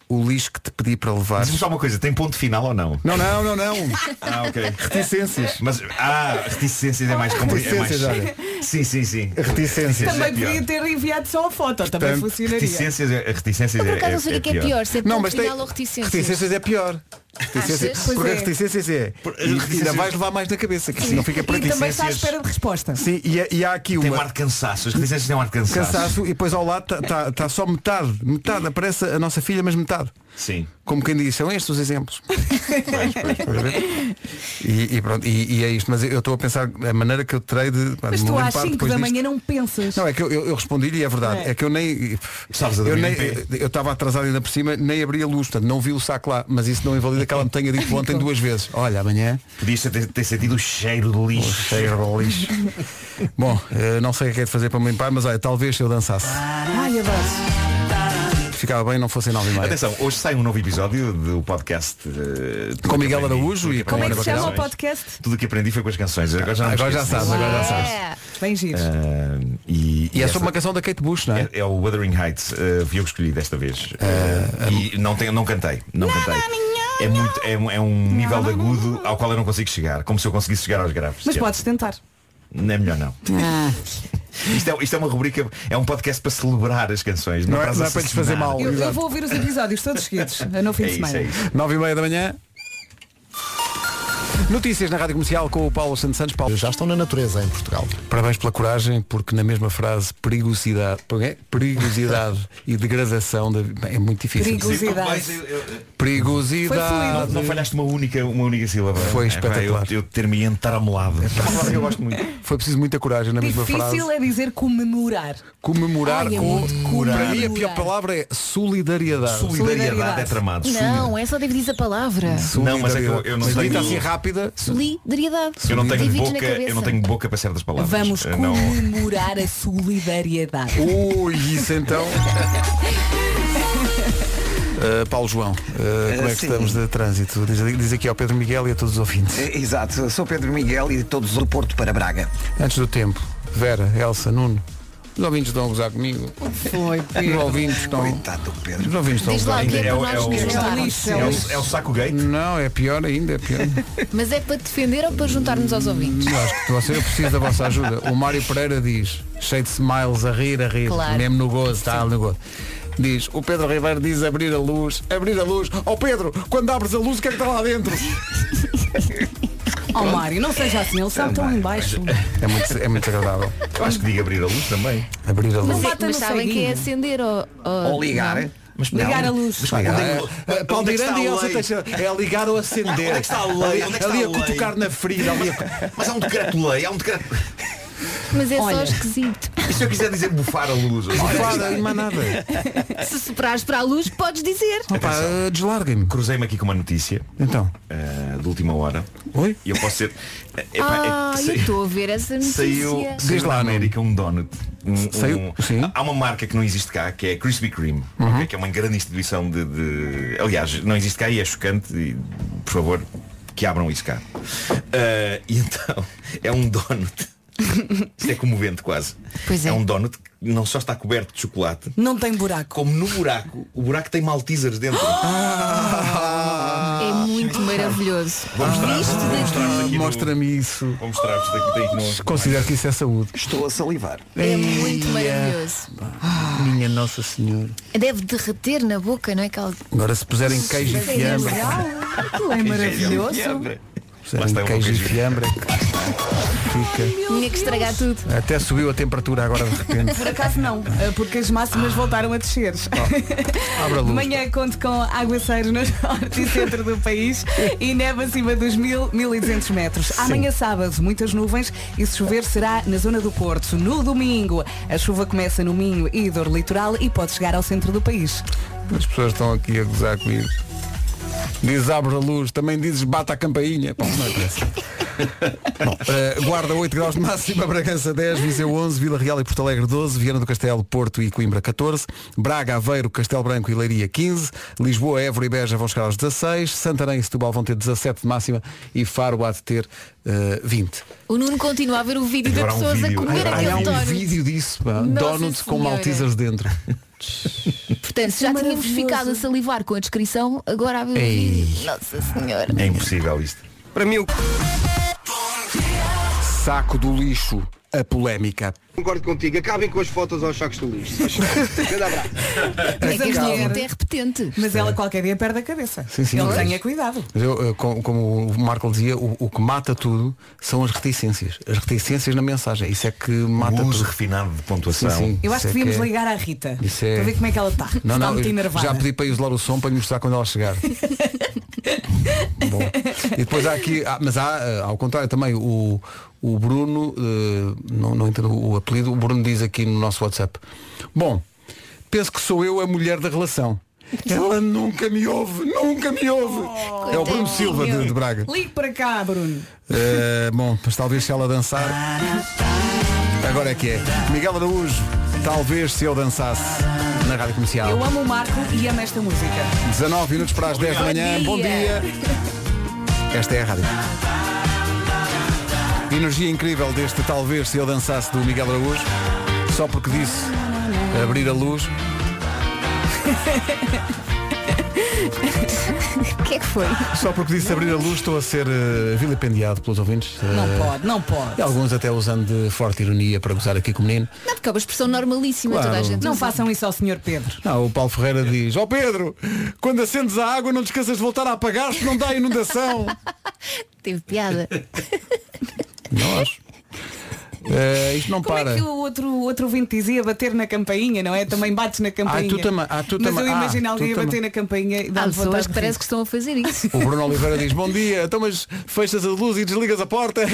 S1: O lixo que te pedi para levar.
S16: Diz-me só uma coisa, tem ponto final ou não?
S1: Não, não, não, não.
S16: Ah, ok.
S1: Reticências.
S16: Mas, ah, reticências é mais complicado. É mais...
S1: Reticências,
S16: Sim, sim, sim. Reticências
S4: Também
S16: é pior.
S4: podia ter enviado só a foto, também
S16: Portanto,
S4: funcionaria.
S16: Reticências, é- reticências
S7: Por
S16: é,
S7: acaso não sei o que é pior, se é
S4: Não,
S7: ponto
S4: mas tem-
S7: final ou reticências.
S1: Reticências é pior. Reticências-
S7: Achas?
S1: Porque
S7: Pois é.
S1: a reticências é. E, ainda vais levar mais na cabeça, que não fica para
S4: E também está à espera de resposta.
S1: Sim, e, há- e há aqui uma.
S16: Tem um ar de cansaço. As reticências têm um ar de cansaço.
S1: Cansaço e depois ao lado está só metade. Metade, aparece a nossa filha, mas metade.
S16: Sim.
S1: Como quem diz, são estes os exemplos. é. e, e pronto, e, e é isto, mas eu estou a pensar a maneira que eu terei de. pá,
S4: Mas
S1: de me
S4: tu às
S1: limpar
S4: 5
S1: depois
S4: da
S1: disto.
S4: manhã não pensas.
S1: Não, é que eu, eu, eu respondi-lhe e é verdade.
S4: É.
S1: É, que eu nem.
S16: Estavas a
S1: eu
S16: dormir
S1: nem,
S16: em pé.
S1: Eu estava atrasado ainda por cima, nem abri a luz, portanto não vi o saco lá, mas isso não invalida que ela me tenha dito ontem duas vezes. Olha, amanhã.
S16: Podias ter, ter sentido o cheiro de lixo.
S1: cheiro de lixo. Bom, eh, não sei o que é que é de fazer para me limpar, mas olha, talvez se eu dançasse.
S4: Ai, abraço.
S1: Ficava bem não fossem nove e meia.
S16: Atenção, hoje sai um novo episódio do podcast eh, Tudo
S1: Com
S16: que
S1: Miguel
S16: Aprendi.
S1: Araújo
S16: Tudo
S1: e
S16: que
S1: com
S4: é
S16: aprendi
S1: Ana
S7: é
S16: foi
S1: Bacalhau.
S16: as canções.
S4: podcast?
S16: Tudo que aprendi foi com as canções. Agora já, não me
S1: Agora já
S16: esqueço
S1: sabes,
S16: disso.
S1: agora já sabes.
S4: É. Bem giro.
S16: Ah, e,
S1: E é sobre uma canção da Kate Bush, não é?
S16: É, o Wuthering Heights, eh, fui eu que escolhi desta vez. Eh, e não, tenho, não cantei, não cantei. É, muito, é, um- é um nível de agudo ao qual eu não consigo chegar, como se eu conseguisse chegar aos graves.
S4: Mas Ah.
S16: Esquece.
S4: podes tentar.
S16: Não é melhor não. Isto é, isto é uma rubrica, é um podcast para celebrar as canções, não,
S1: Não é-
S16: para as
S1: não é para lhes fazer
S16: assassinar.
S1: mal.
S4: Eu, eu
S1: Exato.
S4: vou ouvir os episódios todos seguidos, no fim
S1: É
S4: de
S1: isso,
S4: semana.
S1: é isso. Nove e meia da manhã. Notícias na Rádio Comercial com o Paulo Santos Santos. Paulo.
S10: Já estão na natureza em Portugal.
S1: Parabéns pela coragem, porque na mesma frase perigosidade, porque é? perigosidade e degradação da- bem, é muito difícil.
S16: Perigosidade. Sim, eu- eu- Não,
S1: Perigosidade.
S16: não falhaste uma única, uma única sílaba.
S1: Foi
S16: É,
S1: espetacular.
S16: Eu, eu ter-me entaramolado. É uma palavra que eu gosto muito.
S1: Foi preciso muita coragem na mesma frase.
S4: Difícil é dizer comemorar.
S1: Comemorar
S4: Ai, é
S1: com.
S4: muito
S1: Para mim a
S4: comemorar.
S1: pior palavra é solidariedade.
S16: Solidariedade é tramado.
S7: Não, é só dividir a palavra.
S16: Não, mas é que eu, eu não
S1: Mas
S16: tenho.
S1: dita assim rápida.
S7: Solidariedade.
S16: Eu não tenho
S7: Divides na
S16: boca,
S7: cabeça.
S16: eu não tenho boca para certas palavras.
S4: Vamos
S16: Eh, não.
S4: comemorar a solidariedade.
S1: Ui, isso então. Uh, Paulo João, uh, como é que
S3: sim.
S1: estamos de trânsito? Diz, diz aqui ao Pedro Miguel e a todos os ouvintes.
S3: Eh, Exato, sou Pedro Miguel e todos do Porto para Braga.
S1: Antes do tempo, Vera, Elsa, Nuno. Os ouvintes estão a gozar comigo.
S4: Foi,
S1: Os ouvintes estão. Coitado,
S3: Pedro.
S1: Os ouvintes estão a
S7: Diz lá
S1: gozar.
S7: o que é
S16: É
S7: para
S16: o-
S7: nós
S16: é
S7: nos
S16: o- é o-
S7: juntarmos.
S16: É o, é o saco gate?
S1: Não, é pior ainda, é pior.
S7: Mas é para defender ou para juntarmos aos ouvintes?
S1: Eu acho que você, eu preciso da vossa ajuda. O Mário Pereira diz, cheio de smiles, a rir, a rir,
S7: Claro.
S1: mesmo tá, no gozo, está no gozo. Diz, o Pedro Ribeiro diz abrir a luz, abrir a luz. Ó Pedro, quando abres a luz, o que é que está lá dentro?
S4: Oh Mário, não seja assim, eles são tão em baixo.
S1: É muito, é muito agradável.
S16: Eu acho que digo abrir a luz também.
S1: Abrir a
S7: Mas,
S1: luz.
S7: é- mas sabem que é acender ou,
S1: Ou ligar, é? Mas não.
S7: ligar a luz.
S1: Mas ligar.
S16: Onde é que-
S1: É, é, Paulo
S16: onde é que está
S1: Miranda e
S16: a
S1: Elsa
S16: lei?
S1: Teixeira. É ligar ou acender.
S16: Onde é que está a lei?
S1: Ali,
S16: Onde é que está
S1: ali
S16: a
S1: a
S16: lei?
S1: cutucar na ferida. Ali a...
S16: Mas há um decreto-lei, há um decreto.
S7: Mas é só
S16: Olha.
S7: esquisito.
S16: E se eu quiser dizer bufar a luz? ou-
S1: Bufar, e mais nada.
S7: Se soprares para a luz, podes dizer.
S1: Deslarguem-me.
S16: Cruzei-me aqui com uma notícia. ah,
S1: Então.
S16: de última hora.
S1: Oi?
S16: E eu posso é ser.
S1: é
S7: ah, eu estou a ver essa notícia.
S16: Saiu, saiu na América um donut. Um,
S1: Saiu-
S16: um- Há uma marca que não existe cá, que é a Krispy Kreme,
S1: Uhum.
S16: ok, que é uma grande instituição de, de- Aliás, não existe cá e é chocante, e, por favor, que abram isso cá. Ah, e então, é um donut. Isto é comovente quase.
S7: Pois é.
S16: um donut que não só está coberto de chocolate,
S4: Não tem buraco.
S16: como no buraco, o buraco tem maltesers dentro.
S1: Ah,
S7: É muito maravilhoso.
S16: Vou mostrar-vos vou mostrar-vos aqui. no-
S1: Mostra-me isso.
S16: Vou mostrar-vos daqui. Tem aqui no-
S1: Considero que isso é saúde.
S3: Estou a salivar.
S7: É muito maravilhoso.
S1: Minha Nossa Senhora.
S7: Deve derreter na boca, não é? Aquela...
S1: Agora se puserem queijo e
S7: Mas é
S1: fiambre.
S7: genial.
S4: Aquilo é maravilhoso.
S1: Se puserem queijo e fiambre. Fica.
S7: Tinha que estragar tudo.
S1: Até subiu a temperatura agora de repente.
S4: Por acaso não, eh, porque as máximas voltaram a descer.
S1: Abra a luz.
S4: Manhã conto com aguaceiros no norte e centro do país e neve acima dos 1000, 1200 metros. Amanhã sábado, muitas nuvens e se chover será na zona do Porto. No domingo, a chuva começa no Minho e Dor Litoral e pode chegar ao centro do país.
S1: As pessoas estão aqui a gozar comigo. Diz abre a luz, também dizes bata a campainha. Pá, não interessa. Bom, eh, guarda 8 graus de máxima, Bragança 10, Viseu 11, Vila Real e Porto Alegre 12, Viana do Castelo, Porto e Coimbra 14, Braga, Aveiro, Castelo Branco e Leiria 15, Lisboa, Évora e Beja vão chegar aos 16, Santarém e Setúbal vão ter 17 de máxima e Faro há de ter eh, 20.
S7: O Nuno continua a ver o vídeo
S1: Agora
S7: das
S1: há um
S7: pessoas a
S1: vídeo.
S7: comer
S1: Agora há
S7: aquele
S1: um
S7: donut.
S1: vídeo disso, pá.
S7: Nossa
S1: Donuts com
S7: Senhora.
S1: maltesers dentro.
S7: Portanto, se já tínhamos ficado a salivar com a descrição, agora há o
S1: Ei.
S7: vídeo. Nossa Senhora.
S16: É impossível isto.
S1: Para mim Saco do lixo, a polémica.
S19: Concordo contigo, acabem com as fotos aos sacos do lixo. se faz favor. Grande abraço.
S7: É que este
S1: Acaba.
S7: momento é repetente.
S4: Mas ela qualquer dia perde a cabeça.
S1: Sim, sim,
S4: Ele
S1: mas-
S4: tenha cuidado.
S1: Mas eu, eh, com- como o Marco dizia, o, o que mata tudo são as reticências. As reticências na mensagem. Isso é que mata
S16: Uso
S1: tudo.
S16: refinado de pontuação.
S4: Eu acho
S1: Isso
S4: que
S1: é
S4: devíamos
S1: é-
S4: ligar à Rita
S1: Isso é-
S4: para ver como é que ela está.
S1: Não,
S4: está
S1: não,
S4: muito
S1: eu
S4: enervada.
S1: já pedi para isolar o som para lhe mostrar quando ela chegar. Bom. E depois há aqui, há- mas há, eh, ao contrário também, o, o Bruno, eh, não, não entendo o apelido, o Bruno diz aqui no nosso WhatsApp. Bom, penso que sou eu a mulher da relação. Ela nunca me ouve, nunca me ouve.
S4: Oh,
S1: é o Bruno Silva de, de Braga.
S4: Ligue para cá, Bruno.
S1: Eh, bom, mas talvez se ela dançar. Agora é que é. Miguel Araújo, talvez se eu dançasse na rádio comercial.
S4: Eu amo o Marco e amo esta música.
S1: 19 minutos para as 10 da manhã. Bom dia. Esta é a rádio. Energia incrível deste Talvez Se Eu Dançasse do Miguel Araújo. Só porque disse abrir a luz.
S7: O que é que foi?
S1: Só porque disse abrir a luz estou a ser eh, vilipendiado pelos ouvintes. Eh,
S4: Não pode, não pode.
S1: E alguns até usando de forte ironia para gozar aqui com o menino.
S7: Não, porque é uma expressão normalíssima,
S1: Claro.
S7: toda a gente
S1: Não
S7: usa.
S4: Façam isso ao Sr. Pedro.
S1: Não, Ah, o Paulo Ferreira diz, ó Pedro, quando acendes a água não te esqueças de voltar a apagar, se não dá inundação.
S7: Teve piada.
S1: Nós. Eh, isto não
S4: Como
S1: para.
S4: é que o outro, o outro ouvinte dizia bater na campainha, não é? Também bates na campainha.
S1: tu também- ah, tu
S4: Mas
S1: também-
S4: eu imagino
S1: ah,
S4: alguém
S1: tu
S4: a bater
S1: também.
S4: na campainha e
S7: Há
S4: dar
S7: pessoas que parece que estão a fazer isso.
S1: O Bruno Oliveira diz, bom dia, então mas fechas a luz e desligas a porta.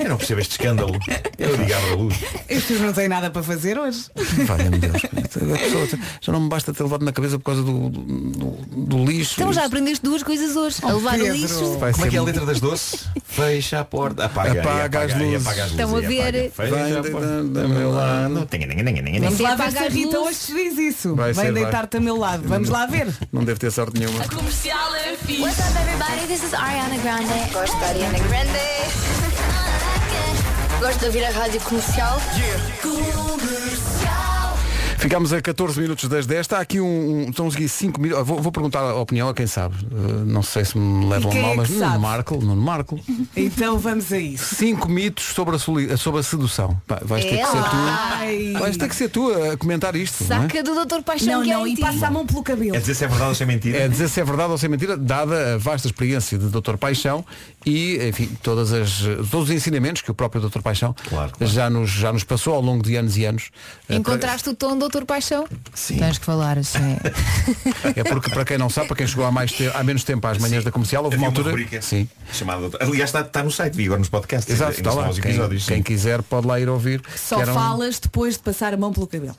S16: Eu não percebo este escândalo. Eu ligava a luz.
S4: Estes não têm nada para fazer hoje.
S1: Valha-me Deus. A pessoa já não me basta ter levado na cabeça por causa do, do, do lixo.
S7: Então já aprendeste duas coisas hoje. a levar o lixo.
S1: Vai
S16: Como é
S1: ser
S16: que é a
S1: muito-
S16: letra das doces? Fecha a porta. Apaga,
S1: Apaga
S16: e
S1: as
S16: e
S1: luzes.
S16: apaga as
S7: Estão a
S16: e
S7: ver.
S16: apaga.
S1: Vem
S16: Fecha a
S1: de-
S16: porta.
S1: de- do meu
S4: Vamos
S1: lado.
S4: lá
S7: Sim,
S4: ver se
S7: apaga
S4: a
S7: as
S4: Rita
S7: luzes.
S4: hoje te diz isso.
S1: Vai
S4: Vem
S1: ser, vai.
S4: deitar-te a meu lado. Vamos lá ver.
S1: Não deve ter sorte nenhuma.
S18: Comercial é fixe.
S2: What's up, everybody? This is Ariana Grande. Gosto da Ariana Grande. Gosto de ouvir a rádio comercial.
S1: Ficámos a 14 minutos das 10. Está aqui um. um- Estão aqui 5 minutos. Vou, vou perguntar a opinião a quem sabe. Uh, não sei se me levam
S4: quem
S1: a mal,
S4: é
S1: mas
S4: que
S1: Nuno
S4: sabe?
S1: Marco, Nuno Marco.
S4: Então vamos a isso.
S1: 5 mitos sobre a, soli- sobre a sedução. Pá, vais ter que ser tu. Vais ter que ser tu a comentar isto. não é?
S4: do Dr. Paixão não,
S7: que é
S4: não,
S7: em
S4: e
S7: ti.
S4: passa a mão pelo cabelo.
S16: dizer se é verdade ou se é mentira.
S1: É dizer se é verdade ou se é mentira, dada a vasta experiência de Dr. Paixão e, enfim, todas as, todos os ensinamentos que o próprio Dr. Paixão Já, nos, já nos passou ao longo de anos e anos. Eh,
S7: Encontraste o tom, doutor Paixão? Sim. Tens que falar assim.
S1: É porque, para quem não sabe, para quem chegou há, mais te- há menos tempo às manhãs da comercial, houve uma
S16: Havia
S1: altura.
S16: rubrica chamada Doutor- Aliás, está, está no site, vi agora nos podcasts.
S1: Exato,
S16: ainda
S1: está
S16: estão
S1: lá.
S16: os
S1: Quem,
S16: tá episódios.
S1: quem quiser pode lá ir ouvir.
S4: Só
S1: que era um-
S4: falas depois de passar a mão pelo cabelo.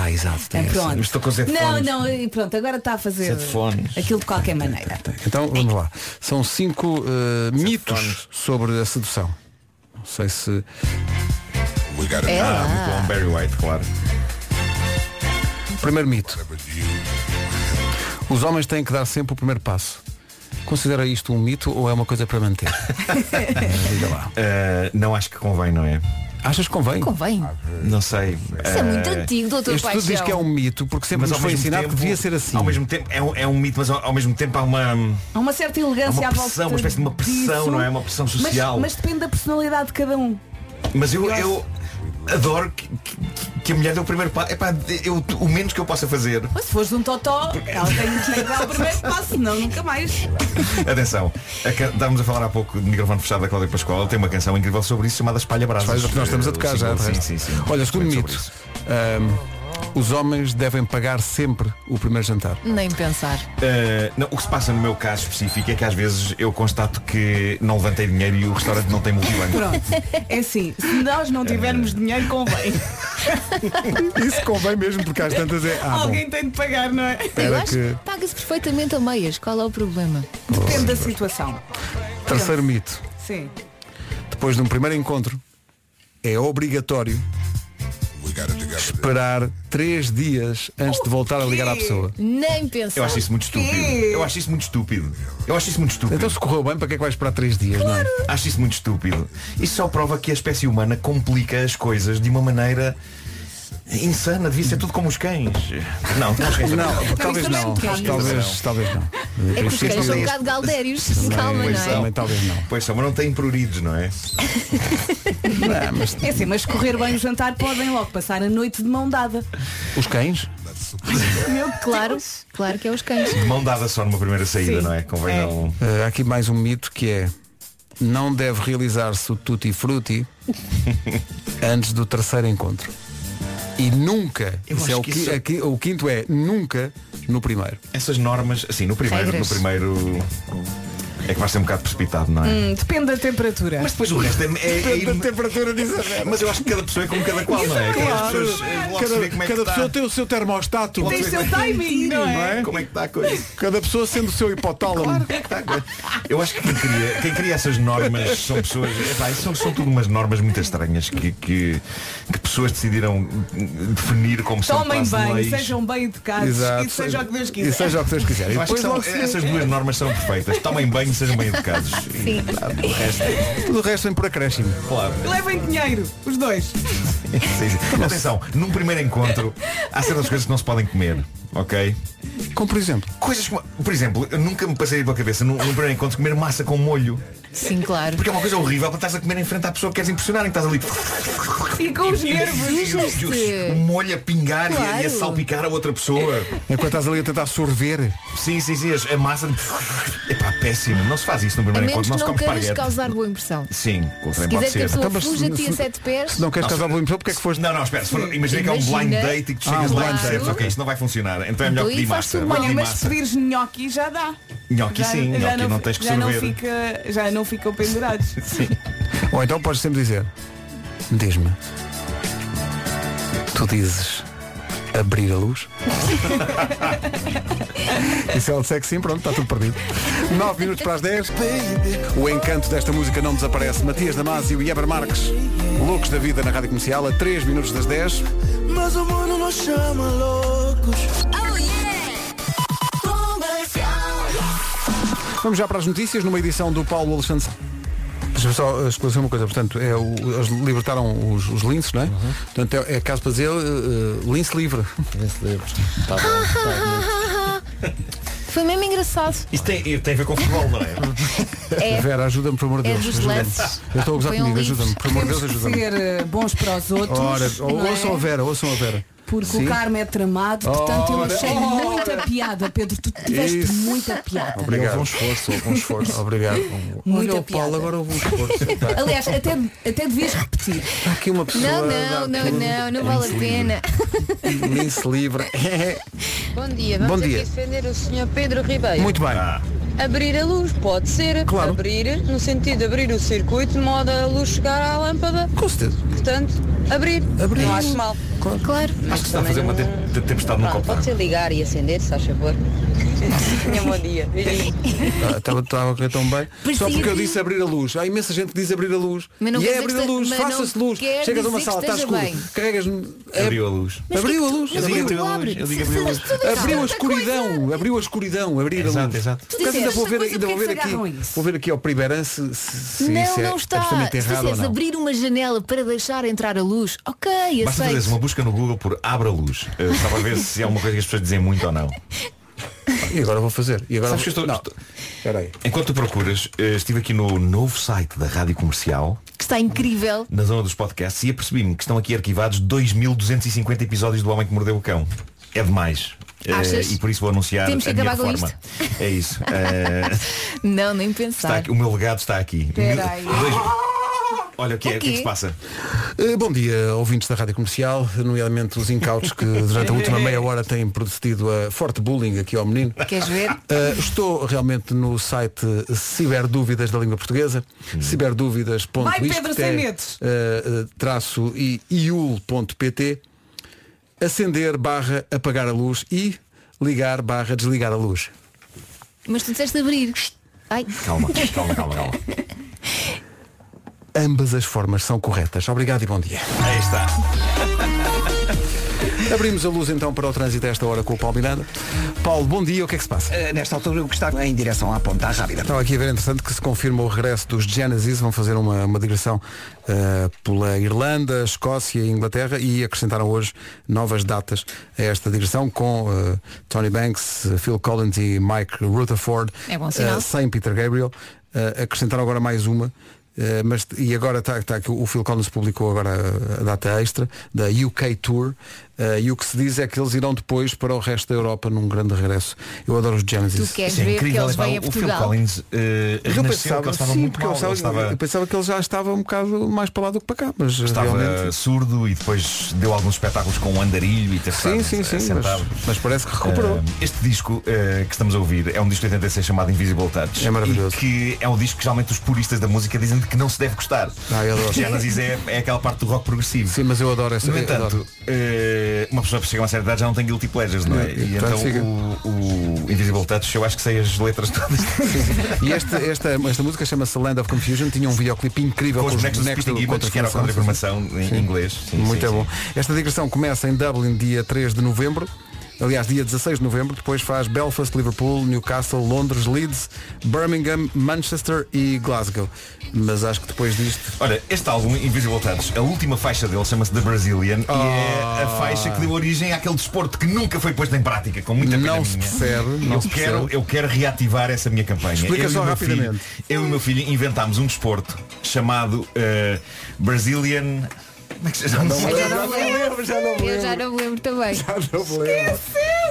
S1: Ah, exato. tem
S4: É,
S1: essa.
S4: pronto. não, não, e pronto, agora está a fazer
S1: Headphones.
S4: aquilo de qualquer maneira.
S1: Então vamos lá. São cinco eh, mitos sobre a sedução. Não sei se.
S16: É Ah, lá. muito bom, Barry White, claro.
S1: Primeiro mito. Os homens têm que dar sempre o primeiro passo. Considera isto um mito ou é uma coisa para manter? Diga lá.
S16: Ah, não acho que convém, não é?
S1: Achas que convém?
S7: Convém.
S16: Não sei.
S7: Isso é muito
S16: Ah,
S7: antigo, doutor
S1: Este
S7: Paixão.
S1: tudo diz que é um mito, porque sempre
S16: mas
S1: nos
S16: ao
S1: foi
S16: mesmo
S1: ensinado
S16: tempo-
S1: que devia ser assim.
S16: Ao mesmo tempo, é um, é um mito, mas ao, ao mesmo tempo há uma.
S4: Há uma certa elegância
S16: Há uma pressão,
S4: à volta.
S16: uma espécie de uma pressão,
S4: disso,
S16: não é? Uma pressão
S4: mas-
S16: social.
S4: Mas, depende da personalidade de cada um.
S16: Mas eu, eu adoro que, que- que a mulher dê o primeiro passo. Epá, eu, o menos que eu possa fazer.
S4: Mas se fores de um totó, ela tem que dar o primeiro passo, senão nunca mais.
S16: Atenção, a ca- estávamos a falar há pouco de microfone fechado da Cláudia Pascoal, ela tem uma canção incrível sobre isso chamada Espalha Brasas.
S1: Faz o que nós estamos a
S16: Eh,
S1: tocar
S16: o
S1: já.
S16: single,
S1: de
S16: Sim,
S1: resto.
S16: sim, sim.
S1: Olha, segundo
S16: Sobre
S1: mito. ahm, os homens devem pagar sempre o primeiro jantar.
S7: Nem pensar.
S16: Uh, não, o que se passa no meu caso específico é que às vezes eu constato que não levantei dinheiro e o restaurante não tem multibanco.
S4: Pronto. É assim, se nós
S16: É
S4: não tivermos dinheiro, convém.
S1: Isso convém mesmo, porque às tantas é. Ah, bom.
S4: Alguém tem de pagar, não é?
S1: Era
S7: Eu acho
S1: que-
S7: que paga-se perfeitamente a meias. Qual é o problema?
S4: Depende da situação.
S1: Terceiro mito.
S4: Sim.
S1: Depois de um primeiro encontro, é obrigatório esperar três dias antes de voltar a ligar à pessoa.
S7: Nem pensar.
S16: Eu acho isso muito estúpido. Eu acho isso muito estúpido. Eu acho isso muito estúpido.
S1: Então se correu bem, para que é que vais esperar três dias? Não?
S16: Acho isso muito estúpido. Isso só prova que a espécie humana complica as coisas de uma maneira insana. Devia ser tudo como os cães. Não, os cães também
S1: Não, talvez
S16: Não,
S1: não.
S16: os cães
S1: Talvez, talvez não.
S7: É que os cães são um bocado galdérios. Calma,
S16: Pois
S7: não é?
S16: são.
S1: talvez não.
S16: Pois são, mas não têm pruridos, não é?
S4: É assim, mas correr bem o jantar podem logo passar a noite de mão dada.
S1: Os cães?
S4: Meu,
S7: Claro, claro que é os cães.
S16: De mão dada só numa primeira saída,
S7: Sim.
S16: não é? Convém
S7: É.
S16: não.
S1: Eh, há aqui mais um mito que é não deve realizar-se o tutti frutti antes do terceiro encontro. E nunca,
S16: Eu
S1: isso
S16: acho
S1: é o,
S16: que
S1: qui-
S16: isso-
S1: aqui- o quinto é nunca no primeiro.
S16: Essas normas, assim, no primeiro, no
S1: É. Regras.
S16: primeiro. É que vai ser um bocado precipitado, não é?
S4: Hum, depende da temperatura.
S16: Mas depois o resto é, é, é ir-
S1: temperatura diz
S16: Mas eu acho que cada pessoa é como cada qual, não é? Cada
S1: Claro, cada,
S16: é
S1: cada
S16: tá.
S1: pessoa tem o seu termostato.
S16: Tem o seu
S4: timing, não é?
S16: Como é que está a coisa?
S1: Cada pessoa sendo o seu hipotálamo.
S16: Eu acho que quem cria, quem cria essas normas são pessoas. epá, são, são tudo umas normas muito estranhas que, que, que pessoas decidiram definir como são
S4: Tomem
S16: quase
S4: bem,
S16: leis.
S4: sejam bem educados
S16: Exato.
S4: e seja o que Deus quiser.
S16: E seja o que Deus
S1: quiser.
S16: Eu acho que são- essas duas normas são perfeitas. Tomem banho, sejam bem educados.
S4: Sim.
S16: O resto,
S1: Tudo o resto vem por acréscimo.
S16: claro.
S4: Levem dinheiro, os dois.
S16: Sim, sim. Atenção, num primeiro encontro há certas coisas que não se podem comer, ok?
S1: Como por exemplo?
S16: Coisas como, por exemplo, eu nunca me passei pela cabeça num, num primeiro encontro comer massa com molho.
S7: Sim, claro.
S16: Porque é uma coisa horrível para estás a comer em frente à pessoa que queres impressionar, em que estás ali.
S4: E com os
S16: E- e-
S4: nervos.
S16: e- e- e- O Um molho a pingar e a- e, a,
S4: Claro.
S16: salpicar a outra pessoa.
S1: Enquanto estás ali a tentar sorver.
S16: Sim, sim, sim. as- A massa. Epá, péssimo. Não se faz isso no
S7: A
S16: primeiro
S7: menos
S16: encontro,
S7: que
S16: não se
S7: não
S16: come
S7: queiras
S16: esparguete.
S7: causar boa impressão.
S16: Sim, com-
S7: Se
S16: também
S7: quiseres
S16: pode
S7: que a
S16: ser.
S1: então,
S7: pessoa fuja-te a sete pés.
S1: boa impressão, porque é que foste?
S16: Não, não, espera, se for- imagina que é um
S7: Imagina.
S16: blind date e que tu
S7: Ah,
S16: chegas lá e
S7: claro.
S16: percebes, ok, isto não vai funcionar, então é melhor
S4: Daí
S16: pedir
S4: faz-se
S16: massa.
S4: mal.
S16: Vou pedir
S4: Olha, mas se
S16: massa.
S4: pedires nhoque já dá.
S16: Nhoque
S4: Já-
S16: sim,
S4: já
S16: nhoque não tens que
S4: já não,
S16: sorver.
S4: fica, já não ficam pendurados.
S16: Sim.
S1: Ou então podes sempre dizer, diz-me, tu dizes abrir a luz? e se ela disser que sim, pronto, está tudo perdido. 9 minutos para as 10. O encanto desta música não desaparece. Matias Damasio e Eber Marques, loucos da vida na Rádio Comercial, a 3 minutos das 10.
S19: Mas o mundo nos chama loucos. Oh
S1: Vamos já para as notícias, numa edição do Paulo Alexandre. Deixa-me só eh, esclarecer uma coisa, portanto, é o- eles libertaram os, os linces, não é? Portanto, é, é caso para dizer eh, eh, lince livre.
S10: Lince livre.
S7: Foi mesmo engraçado.
S16: Isto tem, tem a ver com futebol, não é?
S7: É.
S1: Vera, ajuda-me, por amor de
S7: É
S1: Deus.
S7: dos
S1: ajuda-me.
S7: lances.
S1: Eu estou a gozar
S7: Foi um
S1: comigo,
S7: livro.
S1: ajuda-me, por amor de Deus,
S4: Temos que
S1: ajuda-me.
S4: ser eh, bons para os outros.
S1: Ora,
S4: não é?
S1: ouçam a Vera, ouçam a Vera.
S4: Porque
S1: Sim.
S4: o karma é tramado, portanto eu
S1: Ora.
S4: achei muita piada, Pedro. Tu tiveste
S1: Isso.
S4: muita piada.
S1: Obrigado. Houve um esforço, houve um esforço. Obrigado.
S4: Muita
S1: Olha o Paulo,
S4: piada.
S1: agora houve um esforço.
S4: Aliás, até, até devias repetir.
S1: Está aqui uma pessoa.
S7: Não,
S1: a
S7: não,
S1: dar
S7: não, não, não vale a pena.
S1: com Lince livre.
S6: Bom dia,
S1: É. Bom
S6: vamos
S1: dia.
S6: aqui defender o Sr. Pedro Ribeiro.
S1: Muito bem.
S16: Ah,
S6: Abrir a luz pode ser
S1: Claro.
S6: abrir, no sentido de abrir o circuito, de modo a luz chegar à lâmpada.
S1: Com certeza.
S6: Portanto, abrir.
S1: Abrir.
S6: Não acho mal.
S1: Claro.
S16: Acho que se está a fazer uma te- te- tempestade num
S6: Pronto,
S16: copo.
S6: pode ser ligar e acender, se faz favor. Tenha um bom dia. Beijinho.
S1: Ah, Estava estava a correr tão bem. Só
S6: Parecia
S1: porque eu
S6: que-
S1: disse abrir a luz. Há imensa gente que diz abrir a luz.
S6: Mas não
S1: E
S6: quer
S1: é
S6: dizer
S1: abrir
S6: que
S1: a
S6: este-
S1: luz,
S6: mas
S1: faça-se
S6: não
S1: luz.
S6: quer
S1: Chegas a uma
S6: dizer que
S1: sala, está
S6: esteja
S1: escuro.
S6: bem.
S1: Carregas. no- é-
S16: Abriu a luz.
S1: Abriu a luz.
S16: Eu digo abriu a
S1: Abriu.
S16: luz. Eu digo abriu a luz.
S1: Abriu a escuridão, abriu a escuridão, abrir a luz.
S16: exato.
S1: Por acaso ainda vou
S7: Disseste,
S1: ver,
S7: essa coisa,
S1: ainda vou
S7: porquê que
S1: ver
S7: se
S1: aqui,
S7: agarram a isso?
S1: vou ver aqui ao Priberan se, se, se
S7: não,
S1: isso é
S7: não está.
S1: absolutamente
S7: Se
S1: errado ou
S7: fizeres
S1: não.
S7: abrir uma janela para deixar entrar a luz, ok,
S16: Basta fazeres
S7: aceito.
S16: uma busca no Google por abra luz. eh, Só para ver se é uma coisa que as pessoas dizem muito ou não.
S1: E agora vou fazer. E agora
S16: Sabes que eu estou-
S1: Não.
S16: estou-
S1: Espera aí.
S16: Enquanto tu procuras, eh, estive aqui no novo site da Rádio Comercial,
S7: Que está incrível.
S16: na zona dos podcasts, e apercebi-me que estão aqui arquivados 2250 episódios do Homem que Mordeu o Cão. É demais. Eh,
S7: Achas?
S16: e por isso vou anunciar
S7: Temos que
S16: a minha
S7: acabar com
S16: reforma. É isso. Eh,
S7: Não, nem
S16: está
S7: pensar.
S16: aqui- o meu legado está aqui.
S7: Tá Espera aí.
S16: Dois- Olha o que é,
S7: O
S16: o que é que
S7: quê?
S16: se passa?
S1: Eh, Bom dia, ouvintes da Rádio Comercial, nomeadamente os incautos que durante a última meia hora têm procedido a forte bullying aqui ao menino.
S7: Queres ver?
S1: Eh, estou realmente no site Ciberdúvidas da Língua Portuguesa, ciberdúvidas.isto
S4: Vai, Pedro, sem medos.
S1: é, eh, eh, traço e iul.pt acender barra apagar a luz e ligar barra desligar a luz.
S7: Mas tu disseste abrir. Ai.
S1: Calma, calma, calma, calma. Ambas as formas são corretas. Obrigado e bom dia.
S16: Aí está.
S1: Abrimos a luz então para o trânsito a esta hora com o Paulo Miranda. Paulo, bom dia, o que é que se passa?
S7: Eh,
S3: Nesta altura o que está em direção à ponta
S16: é
S3: rápida.
S1: Estava aqui a ver, interessante, que se confirma o regresso dos Genesis, vão fazer uma, uma digressão eh, pela Irlanda, Escócia e Inglaterra e acrescentaram hoje novas datas a esta digressão com eh, Tony Banks, eh, Phil Collins e Mike Rutherford,
S7: É bom sinal.
S1: eh, sem Peter Gabriel. Eh, acrescentaram agora mais uma. eh, mas, e agora está tá, que o Phil Collins publicou agora eh, a data extra da UK Tour eh, e o que se diz é que eles irão depois para o resto da Europa num grande regresso. Eu adoro os Genesis.
S7: Tu queres Isso é ver que incrível, eles é pá, vêm a o Phil Portugal? Collins,
S1: Mas eu
S16: renasceu, eh, que ele
S1: pensava,
S16: estava
S1: sim,
S16: muito
S1: porque eu
S16: mal,
S1: pensava,
S16: ele estava-
S1: eu pensava que ele já estava um bocado mais para lá do que para cá, mas
S16: Estava eh,
S1: realmente.
S16: surdo e depois deu alguns espetáculos com um andarilho e terçado,
S1: Sim, sim, sim,
S16: eh, sentado.
S1: mas- mas parece que recuperou.
S16: Eh, este disco eh, que estamos a ouvir é um disco de 86 chamado Invisible Touch. É maravilhoso. E que é um disco que geralmente os puristas da música dizem que não se deve gostar.
S1: Ah, eu adoro.
S16: Genesis é, é aquela parte do rock progressivo.
S1: Sim, mas eu adoro essa.
S16: No
S1: eu
S16: entanto,
S1: adoro.
S16: eh, uma pessoa que chega a uma certa idade já não tem guilty pleasures, não é?
S1: E,
S16: E
S1: portanto,
S16: então
S1: siga.
S16: o, o Invisible Touch, eu acho que sei as letras todas.
S1: E esta, esta, esta música chama-se Land of Confusion, tinha um videoclipe incrível
S16: Com os bonecos do Speedy Gibbons,
S1: contra
S16: que era o
S1: informação
S16: contra-informação em inglês. Sim,
S1: Muito
S16: sim,
S1: bom. Esta digressão começa em Dublin dia 3 de novembro. Aliás, dia 16 de novembro, depois faz Belfast, Liverpool, Newcastle, Londres, Leeds, Birmingham, Manchester e Glasgow. Mas acho que depois disto.
S16: Olha, este álbum, Invisible Touch, a última faixa dele chama-se The Brazilian e é
S1: Ah.
S16: a faixa que deu origem àquele desporto que nunca foi posto em prática, com muita pena
S1: Não se
S16: minha.
S1: percebe, não
S16: eu,
S1: se
S16: quero,
S1: percebe.
S16: eu quero reativar essa minha campanha.
S1: Explica
S16: eu e
S1: só
S16: o meu
S1: rapidamente.
S16: filho- eu e o meu filho inventámos um desporto chamado eh, Brazilian. Como é que se chama?
S7: Eu já não me lembro também.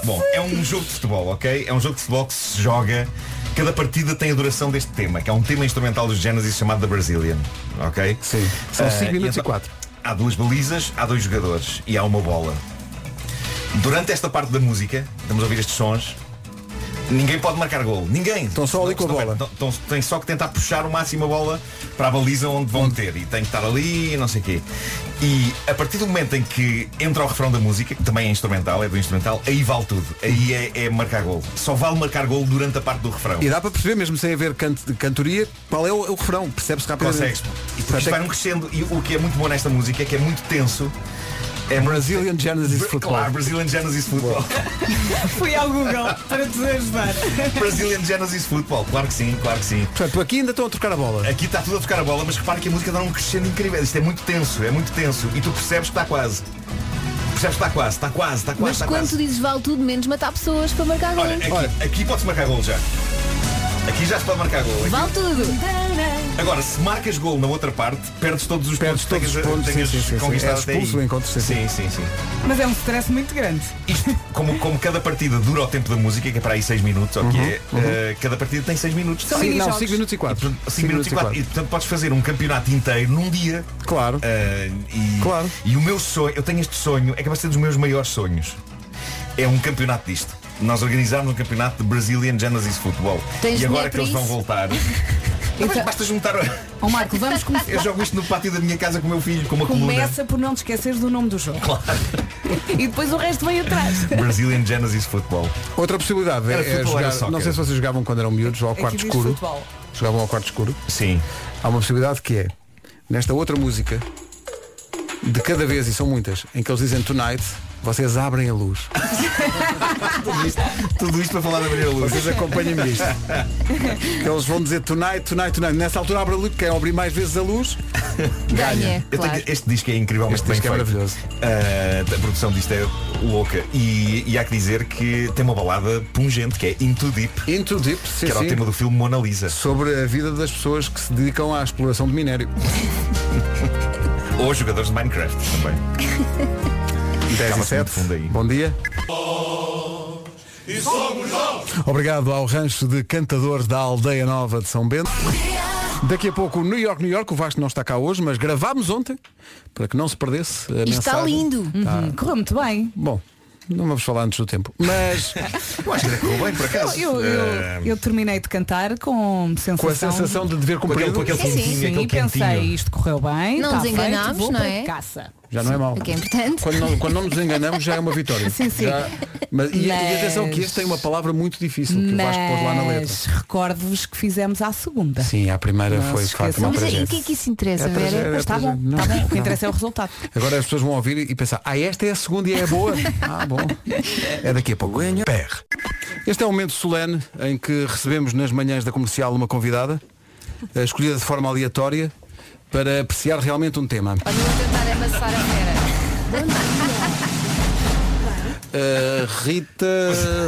S16: Bom, é um jogo de futebol, ok? É um jogo de futebol que se joga. Cada partida tem a duração deste tema, que é um tema instrumental dos Genesis chamado The Brazilian, ok? Sim.
S1: São
S16: Ah,
S1: cinco minutos e quatro.
S16: Eh, Há duas balizas, há dois jogadores e há uma bola. Durante esta parte da música, estamos a ouvir estes sons, ninguém pode marcar gol. Ninguém. Estão só ali com a bola. Tem só que tentar puxar o máximo a bola para a baliza onde vão ter. E tem que estar ali e não sei o quê. E a partir do momento em que entra o refrão da música, que também é instrumental, é do instrumental, aí vale tudo. Aí é, é marcar gol. Só vale marcar gol durante a parte do refrão.
S1: E dá para perceber, mesmo sem haver canto- cantoria, qual é o, o refrão. Percebe-se rapidamente.
S16: Consegues. E depois
S1: Portanto, é
S16: vai um crescendo. E o que é muito bom nesta música é que é muito tenso.
S1: É Brazilian Genesis Football.
S16: Claro, Brazilian Genesis Football.
S4: Fui ao Google para te ajudar.
S16: Brazilian Genesis Football, claro que sim, claro que sim.
S1: Portanto, aqui ainda estão a trocar a bola.
S16: Aqui está tudo a tocar a bola, mas repare que a música dá um crescendo incrível. Isto é muito tenso, é muito tenso. E tu percebes que está quase. Percebes que está quase, está quase, está quase,
S7: Mas
S16: está
S7: quando
S16: quase.
S7: tu dizes vale tudo, menos matar pessoas para marcar gol.
S16: Olha, é aqui, aqui pode-se marcar gol já. Aqui já se pode marcar gol. Aqui-
S7: Vale tudo.
S16: Agora, se marcas gol na outra parte, perdes todos os
S1: Perdes
S16: pontos
S1: todos
S16: que
S1: os pontos, sim,
S16: tenhas,
S1: sim, sim, sim.
S16: tenhas conquistado
S1: És
S16: até
S1: expulso
S16: aí.
S1: do encontro, sim, sim.
S16: sim, sim.
S4: Mas é um stress muito grande.
S16: Como, como cada partida dura o tempo da música, que é para aí 6 minutos, ok?
S1: Uhum, uhum.
S16: Eh, cada partida tem 6 minutos.
S1: São Sim, não, mini-jogos. 6 minutos e quatro.
S16: portanto, cinco
S1: Cinco
S16: minutos e
S1: minutos e
S16: quatro. E, portanto podes fazer um campeonato inteiro num dia. Eh,
S1: Claro.
S16: e, claro. E o meu sonho, eu tenho este sonho, é capaz de ser dos meus maiores sonhos. É um campeonato disto. Nós organizámos um campeonato de Brazilian Genesis Football.
S4: Tens
S16: e
S4: dinheiro
S16: agora que eles
S4: para
S16: vão
S4: isso? Então-
S16: voltar. Mas basta juntar.
S4: Ó Marco, vamos começar.
S16: Eu jogo isto no pátio da minha casa com o meu filho, com uma coluna.
S4: Começa por não te esqueceres do nome do jogo. E depois o resto vem atrás.
S16: Brazilian Genesis Football.
S1: Outra possibilidade é,
S16: Era
S1: é
S16: futebol, era
S1: jogar,
S16: soccer. É
S1: não sei se vocês jogavam quando eram miúdos ou ao
S4: Aqui
S1: quarto
S4: diz
S1: escuro.
S4: futebol.
S1: Jogavam ao quarto escuro.
S16: Sim.
S1: Há uma possibilidade que é, nesta outra música, de cada vez, e são muitas, em que eles dizem tonight, vocês abrem a luz.
S16: Tudo isto para falar da Maria Luz.
S1: Vocês acompanhem-me isto. Que eles vão dizer tonight, tonight, tonight. Nessa altura abre a luz, quem abrir mais vezes a luz, ganha.
S16: Eu tenho- este disco é incrivelmente
S1: Este
S16: bem
S1: disco é
S16: feito.
S1: maravilhoso.
S16: Ah, a produção disto é louca. E, e há que dizer que tem uma balada pungente que é Into Deep.
S1: Into Deep, sim,
S16: Que era
S1: sim.
S16: o tema do filme Mona Lisa.
S1: Sobre a vida das pessoas que se dedicam à exploração de minério.
S16: Ou jogadores de Minecraft também.
S1: 10 e
S16: Acaba-se
S1: 7.
S16: muito fundo aí.
S1: Bom dia.
S13: E somos nós!
S1: Obrigado ao rancho de cantadores da Aldeia Nova de São Bento. Daqui a pouco o New York, New York, o Vasco não está cá hoje, mas gravámos ontem, para que não se perdesse a
S4: E
S1: mensagem.
S4: está lindo.
S7: é
S1: Está.
S4: Uhum. Correu muito bem.
S1: Bom, não vamos falar antes do tempo, mas...
S16: Eu acho que correu bem, por acaso.
S4: Eu, eu-
S16: Ah,
S1: Eh,
S4: eu terminei de cantar com sensação.
S1: Com a sensação de dever cumprido.
S4: Com aquele,
S1: Sim,
S4: sim,
S1: sim.
S4: sim,
S1: aquele
S4: e pensei,
S1: cantinho.
S4: isto correu bem.
S7: Não
S4: tá
S7: nos enganámos,
S4: feito, vou
S7: não
S4: para
S7: é?
S4: Caça.
S1: Já não é mau.
S7: O que é importante.
S1: Quando não, quando não nos enganamos já é uma vitória.
S4: Sim, sim.
S1: Já- mas, e, e
S4: Mas-
S1: atenção que este tem uma palavra muito difícil que o Vasco pôs lá na letra.
S4: Mas recordo-vos que fizemos à segunda.
S1: Sim, à primeira
S4: Não
S1: foi
S4: se
S1: de facto uma
S4: esqueçam.
S1: tragédia.
S4: que isso interessa,
S1: É
S4: Vera?
S1: tragédia,
S4: Mas Está
S1: é
S4: bom,
S1: tragédia.
S4: está bom.
S1: Não,
S4: O que
S1: não.
S4: interessa é o resultado.
S1: Agora as pessoas vão ouvir e pensar, ah, esta é a segunda e é boa. Ah, bom. É daqui a pouco. PR. Este é um momento solene em que recebemos nas manhãs da comercial uma convidada, eh, escolhida de forma aleatória, para apreciar realmente um tema.
S18: tentar amassar a fera.
S1: Eh, Rita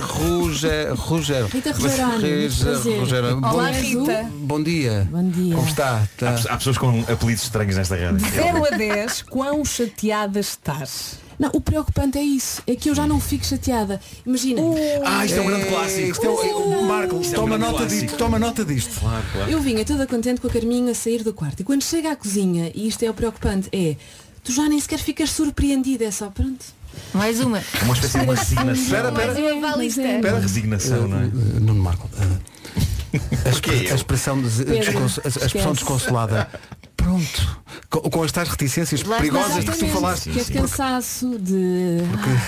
S1: Ruger, Ruger.
S18: Rita Rogeroni, prazer.
S1: Rugeroni. Bom-
S18: Olá, Rita.
S1: Bom dia. Bom dia. Como está? Tá-
S16: Há, há pessoas com apelidos estranhos nesta rádio.
S18: De
S16: É
S4: 0 a 10, quão chateada estás?
S18: Não, o preocupante é isso. É que eu já não fico chateada. Imagina.
S1: Oh.
S16: Ah, isto é um grande clássico.
S1: Isto é um- Marco,
S16: Isto é um
S1: toma,
S16: grande
S1: nota
S16: clássico.
S1: disto, toma nota disto. Claro,
S18: Eu vinha toda contente com a Carminho a sair do quarto. E quando chega à cozinha, e isto é o preocupante, é tu já nem sequer ficas surpreendida, é só pronto.
S7: Mais uma.
S16: uma espécie de uma resignação.
S1: Espera, espera.
S7: Mais uma balista.
S16: Uma resignação, não é?
S1: Eh, Nuno Marco. A, expre-
S16: eu?
S1: a expressão, des-
S16: Pedro,
S1: descons- a- a expressão
S18: esquece.
S1: desconsolada. Pronto. Co- Com, estas reticências
S18: Lá está,
S1: perigosas que tu
S18: exatamente,
S1: falaste.
S18: Que é de cansaço, de.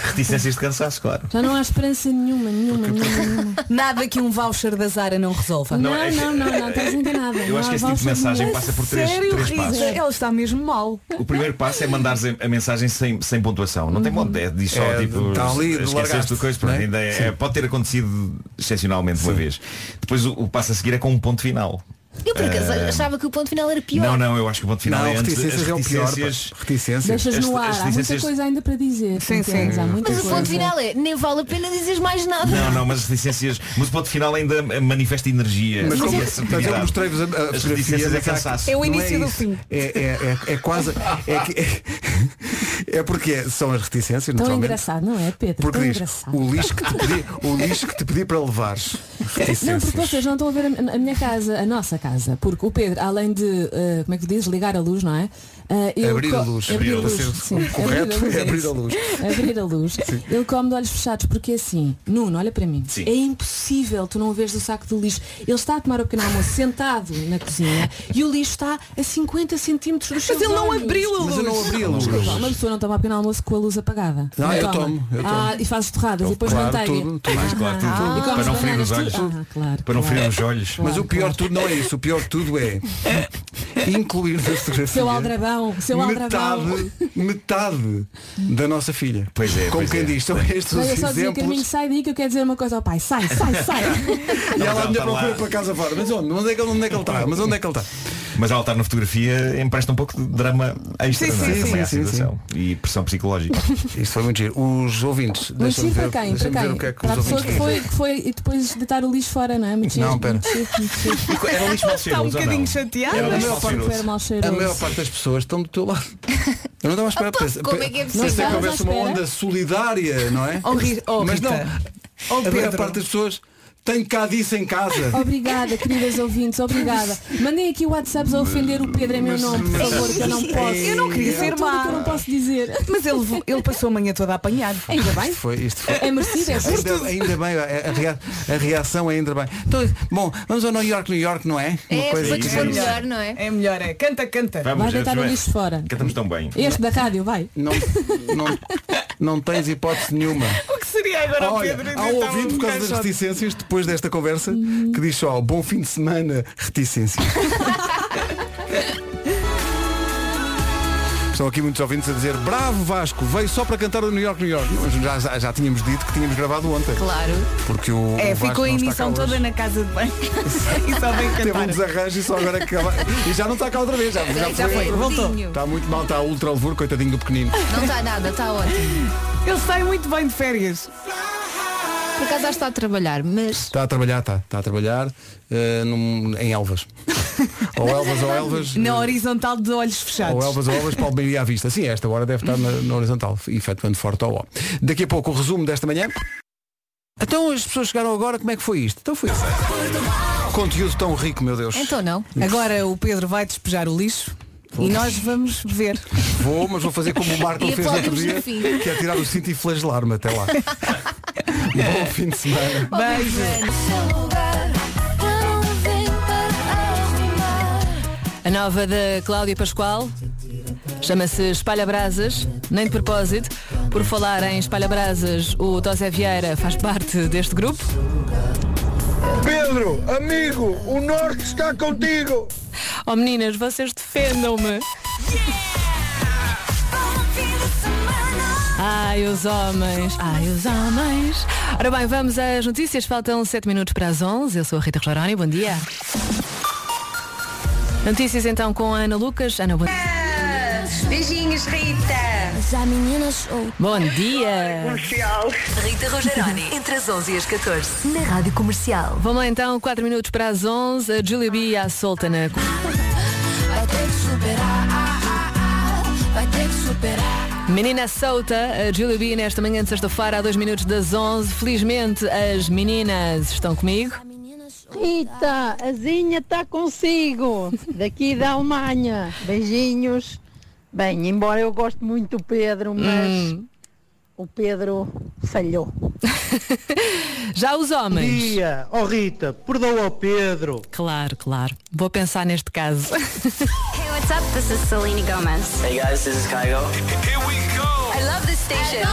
S16: Reticências de cansaço, claro.
S18: Já não há esperança nenhuma, nenhuma, nenhuma. nenhuma.
S4: Nada que um voucher da Zara não resolva.
S18: Não,
S16: Não, é que-
S18: não, não, não, estás enganada.
S16: Eu acho que esse tipo de
S18: é
S16: mensagem passa por três,
S4: Sério,
S16: três
S4: Rita?
S16: passos.
S4: Ela está mesmo mal.
S16: O primeiro passo é mandares a a mensagem sem, sem pontuação. Não tem modo. É, diz só
S1: É,
S16: tipo.
S1: tá ali, largaste,
S16: esqueceste do coisa, pronto,
S1: né?
S16: ainda é-
S1: Sim.
S16: é- pode ter acontecido excepcionalmente uma vez. Depois o, o passo a seguir é com um ponto final.
S7: Eu por acaso
S16: Ah,
S7: achava que o ponto final era pior.
S16: Não, não, eu acho que o ponto final
S1: Não,
S16: é antes
S1: reticências
S16: as
S1: é o pior,
S16: reticências-
S1: pá. Reticências.
S18: Deixas no
S16: As
S18: ar, há muita
S16: reticências-
S18: coisa ainda para dizer. é
S4: Sim,
S18: entendes?
S16: sim.
S18: Há muita
S7: Mas o
S18: coisa.
S7: ponto final é nem vale a pena dizeres mais nada.
S16: Não, não, mas as reticências. Mas o ponto final ainda eh, manifesta energia.
S1: Mas,
S16: e
S1: como, mas
S16: assertividade.
S1: eu mostrei-vos a, a
S16: As
S1: fotografia
S16: reticências é
S1: dessa-
S16: cansaço.
S1: Não
S4: início do
S1: isso.
S4: fim.
S1: É, é, é, é quase. É, que- é- é porque são as reticências,
S18: Tão
S1: naturalmente.
S18: engraçado, não é, Pedro?
S1: Porque
S18: Tão
S1: diz,
S18: engraçado.
S1: o lixo que te pedi, o lixo que te pedi para levares.
S18: Não,
S1: Reticências.
S18: porque vocês não estão a ver a, a minha casa, a nossa casa. Porque o Pedro, além de, eh, como é que tu dizes, ligar a luz, não é? Ah, ele
S1: Abrir a
S18: co-
S1: luz.
S18: Abrir a luz.
S1: Para ser
S18: sim.
S1: correto, é
S18: é
S1: abrir
S18: isso.
S1: a luz.
S18: Abrir a luz. Ele come de olhos fechados porque é assim, Nuno, olha para mim.
S1: Sim.
S18: É impossível tu não veres o saco de lixo. Ele está a tomar o pequeno almoço sentado na cozinha e o lixo está a 50 centímetros dos seus
S4: ele não
S18: olhos.
S4: abriu a Mas eu luz. não abri a luz.
S18: Desculpa, uma pessoa não toma o pequeno almoço com a luz apagada.
S1: Não, eu
S18: toma.
S1: tomo, eu tomo.
S18: Ah, e fazes torradas e depois
S1: claro,
S18: manteiga.
S1: tudo, tudo.
S16: Mais claro, Então, tudo,
S18: Ah. E
S16: tudo.
S18: comes
S16: Para não ferir os
S18: bananas,
S16: olhos.
S18: tudo. Ah, claro,
S16: Para não
S18: claro.
S16: ferir os olhos.
S1: Mas o pior de tudo não é isso, o pior de tudo é incluir na fotografia
S18: Seu aldrabão, seu aldrabão.
S1: metade, metade da nossa filha. Pois é. Como
S18: pois
S1: quem
S18: é.
S1: diz, são estes
S18: Não,
S1: os
S18: eu só dizia, Carminho,
S1: exemplos.
S18: sai daí que eu quero dizer uma coisa ao pai. Sai, sai, sai.
S1: E
S16: Não,
S1: ela
S16: não,
S1: ainda
S16: tá lá.
S1: procura para casa fora. Mas onde? Onde é que ele, onde é que ele está? Mas onde é que ele está?
S16: Mas ao estar na fotografia empresta um pouco de drama extra,
S1: Sim,
S16: não é?
S1: sim,
S16: Também
S1: sim,
S16: à
S1: sim,
S16: situação. E pressão psicológica.
S1: Isso foi muito giro. Os ouvintes,
S18: Mas
S1: deixa-me
S18: sim
S1: ver,
S18: para Um quem? Para
S1: deixa-me ver o
S18: quem?
S1: que é que
S18: para a
S1: os
S18: pessoa
S1: ouvintes
S18: que
S1: dizem.
S18: foi, que foi e depois deitar o lixo fora, não é? Muito
S1: Não,
S18: giro,
S1: pera.
S18: muito giro, muito giro.
S16: Era um lixo mal
S18: Está um
S1: cheiroso ou não?
S18: bocadinho chateada.
S1: Era um lixo mal cheiroso.
S18: Era mal
S1: A
S18: cheiroso.
S1: maior parte das pessoas estão do teu lado. Eu não estava à espera.
S18: Opa,
S1: Pensei-
S18: como é que é possível?
S1: pensei que
S18: Não
S1: houvesse
S18: estava
S1: uma
S18: à espera.
S1: onda solidária, não é?
S18: Oh, Ri- oh,
S1: Mas não.
S18: Rita. Oh,
S1: a maior
S18: Pedro.
S1: parte das pessoas tem cá disso em casa.
S18: Obrigada, queridas ouvintes, obrigada. Mandem aqui WhatsApps a ofender o Pedro em meu nome, por favor, que eu não
S1: é
S18: posso.
S4: Eu não queria ser
S18: Tudo
S4: má.
S18: que eu não posso dizer.
S4: Mas ele, ele passou a manhã toda a apanhar.
S18: Ainda bem.
S1: Foi, isto foi.
S18: É merecido, é justo.
S1: ainda, ainda bem, a, a rea- a reação é ainda bem. Então, bom, vamos ao New York, New York, não é?
S18: É,
S1: assim.
S18: porque foi melhor.
S4: não é? É melhor, é. Canta, canta.
S1: Vamos,
S18: Vai deitar o
S1: Joana.
S18: lixo fora.
S16: Cantamos tão bem.
S18: Este da rádio, vai.
S1: Não, não, não tens hipótese nenhuma.
S4: O que seria agora
S1: Olha, há um ouvinte por causa das reticências, depois desta conversa, que diz só, "Oh, bom fim de semana, reticências. Estão aqui muitos ouvintes a dizer, bravo Vasco, veio só para cantar o New York, New York. Não, Já, já, já tínhamos dito que tínhamos gravado ontem.
S23: Claro.
S1: Porque o,
S4: É,
S1: o Vasco
S4: ficou a
S1: não está
S4: emissão
S1: cá hoje.
S4: toda na casa de banho. e só vem
S1: Teve um
S4: cantar.
S1: desarranjo e só agora que acaba- E já não está cá outra vez, já,
S23: Já foi, voltou.
S1: Está muito mal, está ultra levor, coitadinho do pequenino.
S23: Não está nada,
S7: tá
S23: está ótimo.
S4: Ele sai muito bem de férias.
S23: Por acaso já está a trabalhar, mas
S1: Está a trabalhar, está, está a trabalhar eh, num- em Elvas. ou Elvas ou Elvas. eh,
S4: Na horizontal de olhos fechados.
S1: Ou Elvas ou Elvas, Palmeirinha à vista. Sim, esta hora deve estar na, na horizontal, efetuando forte ao ó. Daqui a pouco o resumo desta manhã. Então as pessoas chegaram agora, como é que foi isto? Então foi. Conteúdo tão rico, meu Deus.
S23: então não.
S4: Agora o Pedro vai despejar o lixo e nós vamos ver.
S1: Vou, mas vou fazer como o Marco
S4: E
S1: fez no outro
S4: aplaudimos
S1: dia,
S4: no fim.
S1: que é tirar o cinto e flagelar-me até lá. Bom fim de semana.
S4: Beijo.
S18: A nova da Cláudia Pascoal
S23: Chama-se Espalha Brasas, nem de propósito. Por falar em Espalha Brasas, o Tosé Vieira faz parte deste grupo.
S24: Pedro, amigo, o norte está contigo.
S23: Oh meninas, vocês defendam-me. Ai, os homens, ai, os homens. Ora bem, vamos às notícias. Faltam 7 minutos para as 11. Eu sou a Rita Rogeroni, bom dia. Notícias então com a Ana Lucas. Ana, bom
S25: Beijinhos, Rita.
S23: Já meninas ou... Bom dia.
S25: Comercial.
S26: Rita Rogeroni, entre as 11 e as 14, na Rádio Comercial.
S23: Vamos lá então, 4 minutos para as 11. A Julia B à solta na... Menina solta, a Julia B nesta manhã de sexta-feira, a 2 minutos das 11. Felizmente, as meninas estão comigo.
S2: Rita, a Zinha está consigo, daqui da Alemanha. Beijinhos. Bem, embora eu goste muito do Pedro, mas
S6: Hum.
S2: o Pedro falhou.
S23: Já os homens.
S2: Bom dia.
S23: oh Rita, perdoa ao Pedro. Claro, claro. Vou pensar neste caso.
S6: Hey, what's up? This is Selena Gomez.
S17: Hey guys, this is Kygo.
S6: I love this station.